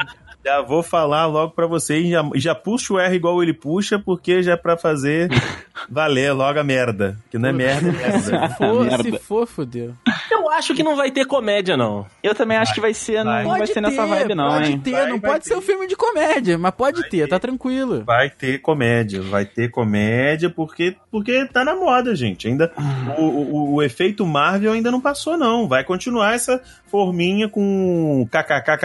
Já vou falar logo pra você e já, e já puxa o R igual ele puxa, porque já é pra fazer valer logo a merda. Que não é merda, é merda. For, merda. se for, fodeu. Eu acho que não vai ter comédia, não. Eu também acho que vai ser, vai. não vai ser nessa vibe, não, pode hein? ter, Vai, não vai pode ter. ser um filme de comédia, mas pode ter, tá tranquilo. Vai ter comédia, vai ter comédia, porque, porque tá na moda, gente. Ainda o, o- o efeito Marvel ainda não passou, não. Vai continuar essa forminha com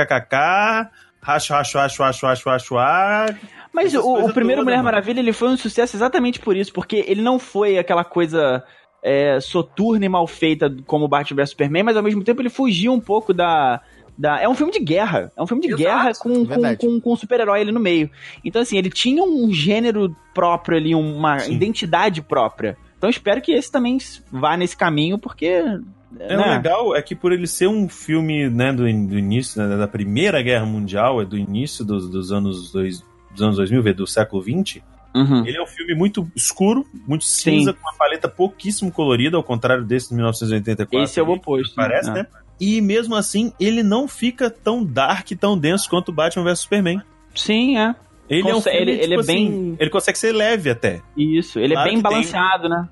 kkkkk, racho, racho, racho, racho, racho, racho, racho. Mas Essas o, coisas o primeiro todas, Mulher mano. Maravilha, ele foi um sucesso exatamente por isso, porque ele não foi aquela coisa é, soturna e mal feita como Batman vs Superman, mas ao mesmo tempo ele fugiu um pouco da. da- é um filme de guerra. É um filme de Exato, guerra com, com, verdade. com, com um super-herói ali no meio. Então, assim, ele tinha um gênero próprio ali, uma Sim. identidade própria. Então espero que esse também vá nesse caminho, porque. É, Né? o legal é que por ele ser um filme né, do, in- do início, né, da Primeira Guerra Mundial, é do início dos, dos anos dois, dos anos 2000, é do século 20, Uhum. Ele é um filme muito escuro, muito cinza, com uma paleta pouquíssimo colorida, ao contrário desse de 1984. Esse é o aí, oposto. Parece, né? E mesmo assim, ele não fica tão dark, tão denso quanto Batman vs Superman. Sim, é. Ele é um Conse- filme, ele- tipo ele é assim, bem- ele consegue ser leve até. Isso. Ele Claro é bem que tem. balanceado, né?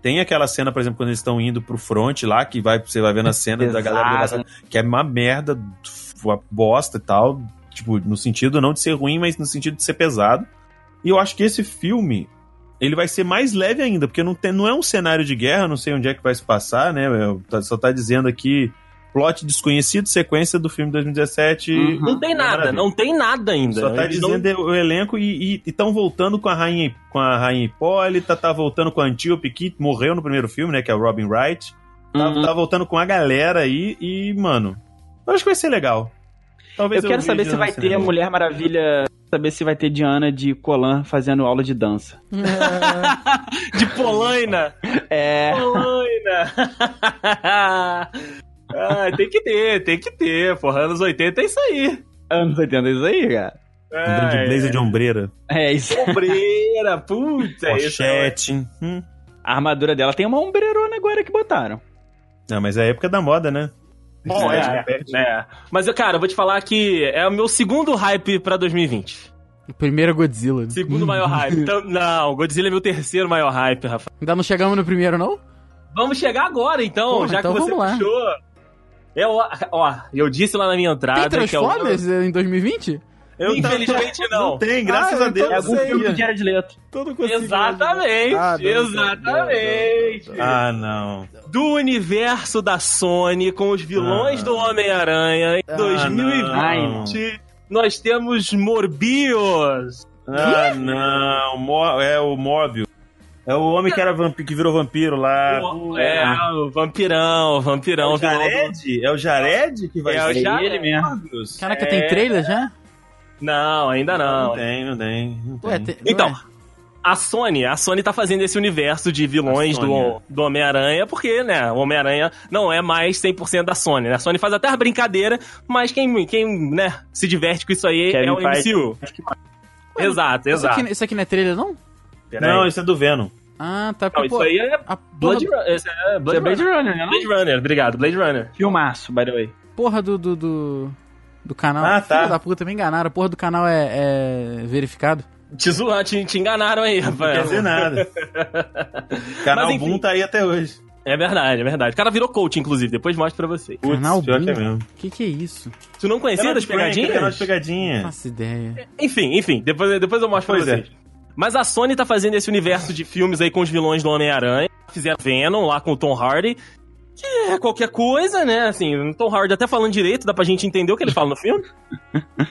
Tem aquela cena, por exemplo, quando eles estão indo pro front lá, que vai, você vai vendo a cena da galera do Pesado. Brasil, que é uma merda, uma bosta e tal. Tipo, no sentido não de ser ruim, mas no sentido de ser pesado. E eu acho que esse filme, ele vai ser mais leve ainda, porque não, tem, não é um cenário de guerra, não sei onde é que vai se passar, né? Eu- tá- Só tá dizendo aqui, plot desconhecido, sequência do filme 2017. Uhum. Não tem nada, Maravilha. não tem nada ainda. Só tá Eles não- dizendo o elenco e estão voltando com a rainha com a rainha Hipólita, tá voltando com a Antíope, que morreu no primeiro filme, né? Que é o Robin Wright. Tá, Uhum. tá voltando com a galera aí e, mano, eu acho que vai ser legal. Talvez Eu quero veja saber se no vai ter a cinema. Mulher Maravilha. Saber se vai ter Diana de Colan fazendo aula de dança. De Polaina! É. Polaina! ah, tem que ter, tem que ter. Porra, anos 80 é isso aí. Anos 80, é isso aí, cara. Andando de blazer de ombreira, É isso. Ombreira, puta, isso é pochete. Hum. A armadura dela tem uma ombreirona agora que botaram. Não, mas é a época da moda, né? Bom, Isso, é, né? Perde. né? Mas, cara, eu vou te falar que é o meu segundo hype pra 2020. O primeiro é Godzilla. Segundo maior Uhum. hype. Então, não, Godzilla é meu terceiro maior hype, Rafa. Ainda não chegamos no primeiro, não? Vamos chegar agora, então, Porra, já então que você vamos lá. puxou. Eu, ó, eu disse lá na minha entrada Tem que é o. Transformers eh, em 2020? Eu tava- Infelizmente não. Não tem, graças Ah, a Deus. então É algum sei. né? filme do Jared Leto. Todo Exatamente, Ah, não, não, exatamente. Ah, não. Do universo da Sony com os vilões Ah. do Homem-Aranha em Ah, 2020, não. nós temos Morbius. Ah, não. Mo- É o Móbio. É o homem que, era vampi- que virou vampiro lá. O- é, o vampirão, o É vampirão. o vilão do- Ah, Jared? É o Jared que vai É o ser? Jared. Ele mesmo. Deus. Caraca, É, tem trailer já? Não, ainda não. Não tem, não tem. Não tem. Ué, tem- Então, é ué. a Sony, a Sony tá fazendo esse universo de vilões A Sony, do, do Homem-Aranha, porque, né, o Homem-Aranha não é mais 100% da Sony, né? A Sony faz até a brincadeira, mas quem, quem né, se diverte com isso aí Kevin é o Feige. MCU. Exato, Isso exato. aqui, isso aqui não é trailer, não? Não, isso é do Venom. Ah, tá. porque, Não, isso aí é A porra, Blade, Runner. esse é Isso Blade é Blade Runner. Runner, né? não? Blade Runner, obrigado, Blade Runner. Filmaço, by the way. porra do, do, do, do canal. Ah, tá. Filho da puta, me enganaram. A porra do canal é, é verificado. Te, zoa- te, te enganaram aí, Não quer Rafael. dizer nada. É. Canal Mas, enfim. Boom tá aí até hoje. É verdade, é verdade. O cara virou coach, inclusive, depois mostro pra vocês. Putz, Canal pior Boom? que é mesmo. Que que é isso? Não Tu não conhecia Canal das de prank, Canal pegadinhas? de pegadinha. faço ideia. Enfim, enfim, depois, depois eu mostro Pois é. pra vocês. Mas a Sony tá fazendo esse universo de filmes aí com os vilões do Homem-Aranha. Fizeram Venom lá com o Tom Hardy. Que é qualquer coisa, né? Assim, o Tom Hardy até falando direito, dá pra gente entender o que ele fala no filme.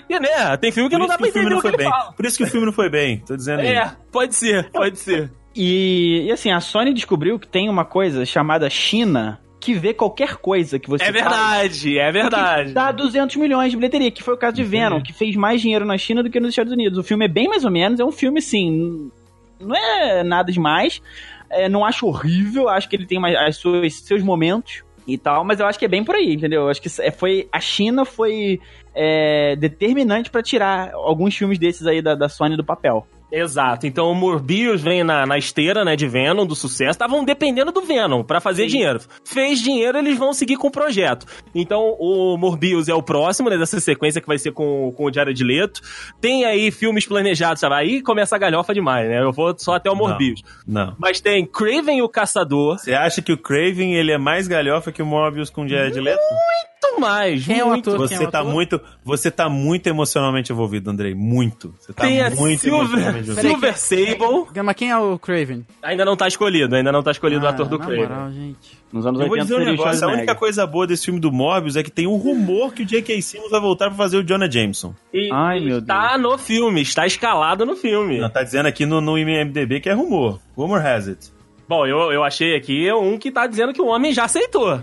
E né, tem filme que Por não isso dá que pra o filme entender não o que foi ele bem. fala. Por isso que o filme não foi bem. Tô dizendo É, aí. pode ser, pode ser. E, e assim, a Sony descobriu que tem uma coisa chamada China que vê qualquer coisa que você É faz. verdade, é verdade. Dá 200 milhões de bilheteria, que foi o caso de Venom, que fez mais dinheiro na China do que nos Estados Unidos. O filme é bem mais ou menos, é um filme assim. Não é nada demais. é, não acho horrível, acho que ele tem mais, as suas, seus momentos e tal, mas eu acho que é bem por aí, entendeu? Eu Acho que é, foi. A China foi é, determinante pra tirar alguns filmes desses aí da, da Sony do papel. Exato. Então o Morbius vem na, na esteira, né, de Venom, do sucesso. Estavam dependendo do Venom pra fazer dinheiro. Fez dinheiro, eles vão seguir com o projeto. Então o Morbius é o próximo, né, dessa sequência que vai ser com, com o Diário de Leto. Tem aí filmes planejados, sabe? Aí começa a galhofa demais, né? Eu vou só até o Morbius. Não. Mas tem Craven o Caçador. Você acha que o Craven ele é mais galhofa que o Morbius com o Hum, Jared Leto? Muito mais. Quem é o muito. ator? Quem Você é o tá ator? muito, você tá muito emocionalmente envolvido, Andrei, muito. Você tá Tem a muito emocionalmente Silver, envolvido. Silver Sable. Mas quem é o Craven? Ah, Ainda não tá escolhido, ainda não tá escolhido o ator do na Craven. moral, gente. Nos anos Eu vou 80 dizer um seria o negócio, a Schwarzenegger. única coisa boa desse filme do Morbius é que tem um rumor que o J.K. Simmons vai voltar pra fazer o Jonah Jameson. E Ai, meu está no filme, está escalado no filme. Não, tá dizendo aqui no, no IMDB que é rumor. Rumor has it. Bom, eu, eu achei aqui um que tá dizendo que o homem já aceitou.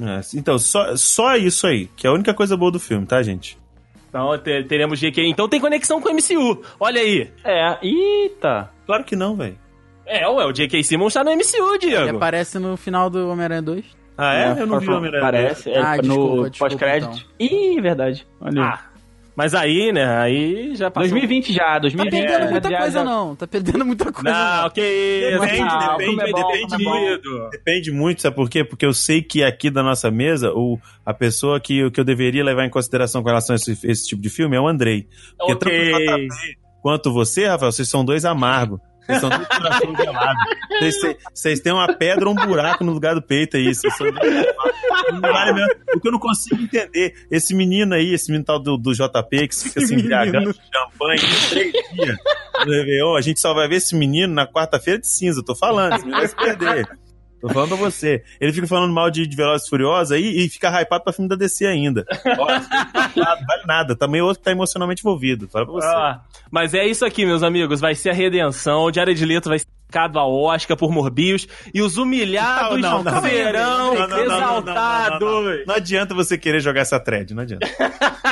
É, então, só, só isso aí, que é a única coisa boa do filme, tá, gente? Então te- teremos GQ. Então tem conexão com o MCU. Olha aí. É, eita! Claro que não, velho. É, ué, o J.K. Simmons tá no MCU, Ele Diego. aparece no final do Homem-Aranha 2. Ah, é? Eu não vi o Homem-Aranha. Parece, é Ah, no desculpa, então. desculpa, pós-crédito. Ih, verdade. Olha. Ah, Mas aí, né, aí já passou. 2020 já, Tá 2020. perdendo é já, muita já- coisa, já- não. Tá perdendo muita coisa. Não, que isso. Depende, Ah, depende, como é bom, depende como é bom. muito. Depende muito, sabe por quê? Porque eu sei que aqui da nossa mesa, o, a pessoa que, que eu deveria levar em consideração com relação a esse, esse tipo de filme é o Andrei. Porque tanto o Ok. JP quanto você, Rafael, vocês são dois amargos. Vocês são dois coração gelado. Vocês, vocês- vocês têm uma pedra ou um buraco no lugar do peito aí. Vocês são dois amargos. Não vale mesmo. O que eu não consigo entender, esse menino aí, esse menino tal do, do JP, que fica se embriagando de champanhe em três dias no Réveillon, a gente só vai ver esse menino na quarta-feira de cinza, eu tô falando, esse menino vai se perder. Tô falando pra você. Ele fica falando mal de, de Velozes e Furiosos aí e fica hypado pra filme da DC ainda. Ó, não vale nada. Também outro que tá emocionalmente envolvido. Fala pra você. Ah, mas é isso aqui, meus amigos. Vai ser a redenção. O Jared Leto vai ser indicado ao Oscar por Morbios. E os humilhados Não, não, não. serão Não, não, não, não, não, exaltados. não, Não adianta você querer jogar essa thread, não adianta.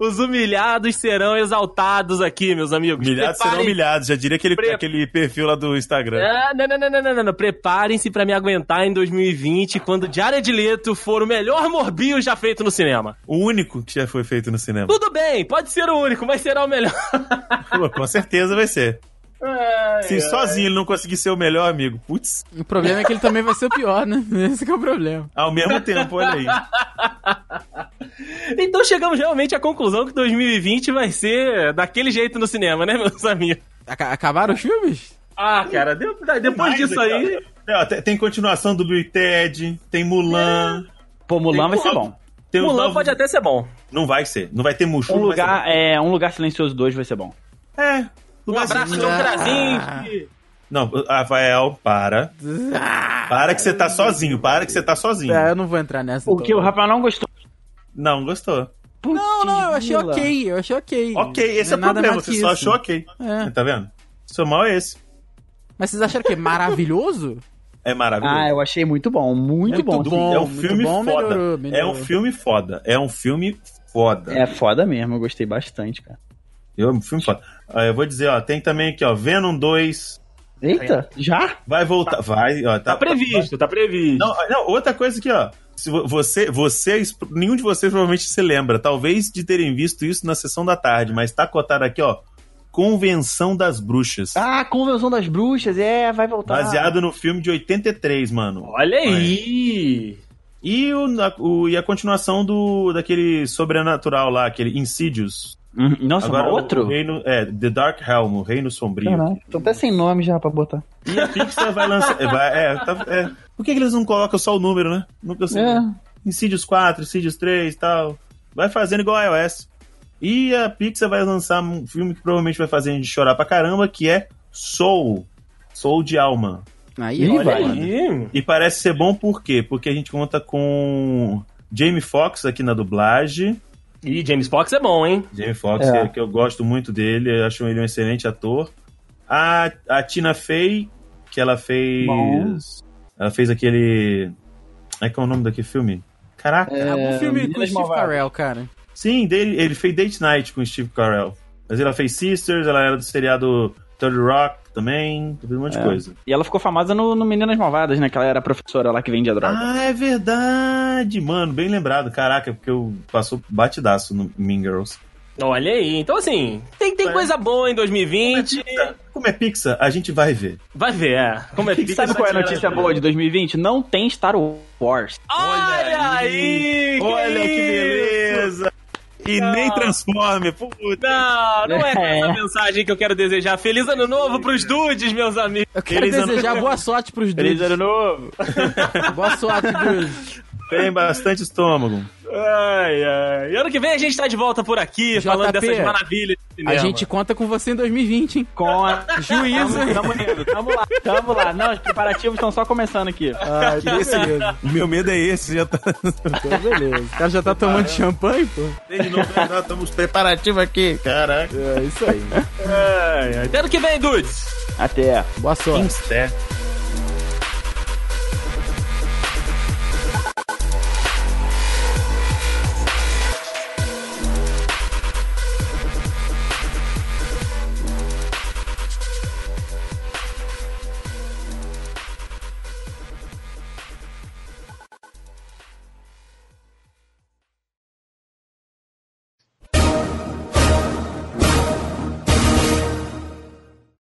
Os humilhados serão exaltados aqui, meus amigos. Humilhados serão Preparem- humilhados. Já diria aquele, Pre- aquele perfil lá do Instagram. Ah, não, não, não, não, não, não, não. Preparem-se pra me aguentar em 2020, quando Jared Leto for o melhor Morbius já feito no cinema. O único que já foi feito no cinema. Tudo bem, pode ser o único, mas será o melhor. Pô, com certeza vai ser. Se sozinho ele não conseguir ser o melhor amigo, putz, O problema é que ele também vai ser o pior, né? Esse que é o problema. ao mesmo tempo, olha aí. Então chegamos realmente à conclusão que 2020 vai ser daquele jeito no cinema, né, meus amigos? Aca- acabaram os filmes? Ah, cara, de- depois disso aí. Ó, tem, tem continuação do Blue Ted, tem Mulan. Pô, Mulan vai ser É. Mulan. bom. Tem os Mulan novos- pode até ser bom. Não vai ser. Não vai ter Mushu. Um não vai ser lugar, é, um lugar silencioso 2 vai ser bom. bom. É. Um lugar abraço, assim. John Ah. Krasinski. Não, Rafael, para. Para que você tá sozinho, para que você tá sozinho. Ah, eu não vou entrar nessa. então. Porque o Rafael não gostou. Não, gostou. Não, não, eu achei Putz, Mila. ok, eu achei ok. Ok, esse é, o Não nada problema. mais Você que só isso. achou ok. É. Tá vendo? Seu mal é esse. Mas vocês acharam que é maravilhoso? É maravilhoso. Ah, eu achei muito bom, muito, Muito bom. bom. é um muito filme bom, foda. melhorou, É melhorou. um filme foda. É um filme foda. É foda mesmo, eu gostei bastante, cara. É um filme foda. Ah, eu vou dizer, ó, tem também aqui, ó, Venom 2. Eita, já? Vai voltar. Vai, ó. Tá previsto, tá previsto. Não, ah, não, outra coisa aqui, ó. Se vo- você, vocês, nenhum de vocês provavelmente se lembra, talvez de terem visto isso na sessão da tarde, mas tá cotado aqui, ó. Convenção das Bruxas. Ah, Convenção das Bruxas, é, vai voltar. Baseado no filme de 83, mano. Olha aí. E, o, a- o- e a continuação do daquele sobrenatural lá, aquele Insidious. Uhum, Nossa, Agora, mas o outro? Então tá reino, é, The Dark Helm, o Reino Sombrio. Caraca, tô até sem nome já pra botar. E a Pixar vai lançar. é, vai- é, tá- é. Por que, que eles não colocam só o número, né? Nunca sei. É. Insidious 4, Insidious 3 e tal. Vai fazendo igual a iOS. E a Pixar vai lançar um filme que provavelmente vai fazer a gente chorar pra caramba, que é Soul. Soul de alma. Aí, Ih, olha vai. aí. Ih, E parece ser bom por quê? Porque a gente conta com Jamie Foxx aqui na dublagem. Ih, James Fox é bom, hein? Jamie Foxx, É. que eu gosto muito dele, eu acho ele um excelente ator. A, a Tina Fey, que ela fez. Bom. Ela fez aquele. Como é que é o nome daquele filme? Caraca! É, o filme com o Meninas Steve Malvadas. Carell, cara. Sim, dele, ele fez Date Night com o Steve Carell. Mas ela fez Sisters, ela era do seriado 30 Rock também, fez um monte É. de coisa. E ela ficou famosa no, no Meninas Malvadas, né? Que ela era a professora lá que vendia droga. Ah, é verdade, mano, bem lembrado. Caraca, porque eu passou batidaço no Mean Girls. Olha aí. Então, assim, tem, tem coisa boa em 2020. É. Como é Pixar, a gente vai ver. Vai ver. é. Como é E sabe qual é a né? notícia boa de 2020? Não tem Star Wars. Olha aí. Olha que é isso. beleza! E nem Transformer, puta! Não, não é com essa É. mensagem que eu quero desejar. Feliz ano novo pros dudes, meus amigos. Eu quero Feliz ano desejar novo. boa sorte pros dois. novo. Boa sorte, Bruce. Tem bastante estômago. Ai, ai. E ano que vem a gente tá de volta por aqui, JP, falando dessas maravilhas de cinema. A gente conta com você em 2020, hein? Com a... Juízo, hein? Tamo indo, tamo lá, tamo lá. Não, os preparativos estão só começando aqui. Ai, que beleza. O meu medo é esse, já tá. Então, beleza. O cara já tá tomando champanhe, pô. De novo, né? nós estamos preparativos aqui. Caraca. É isso aí. Ai, ai. Até ano que vem, dudes. Até. Boa sorte. Insta.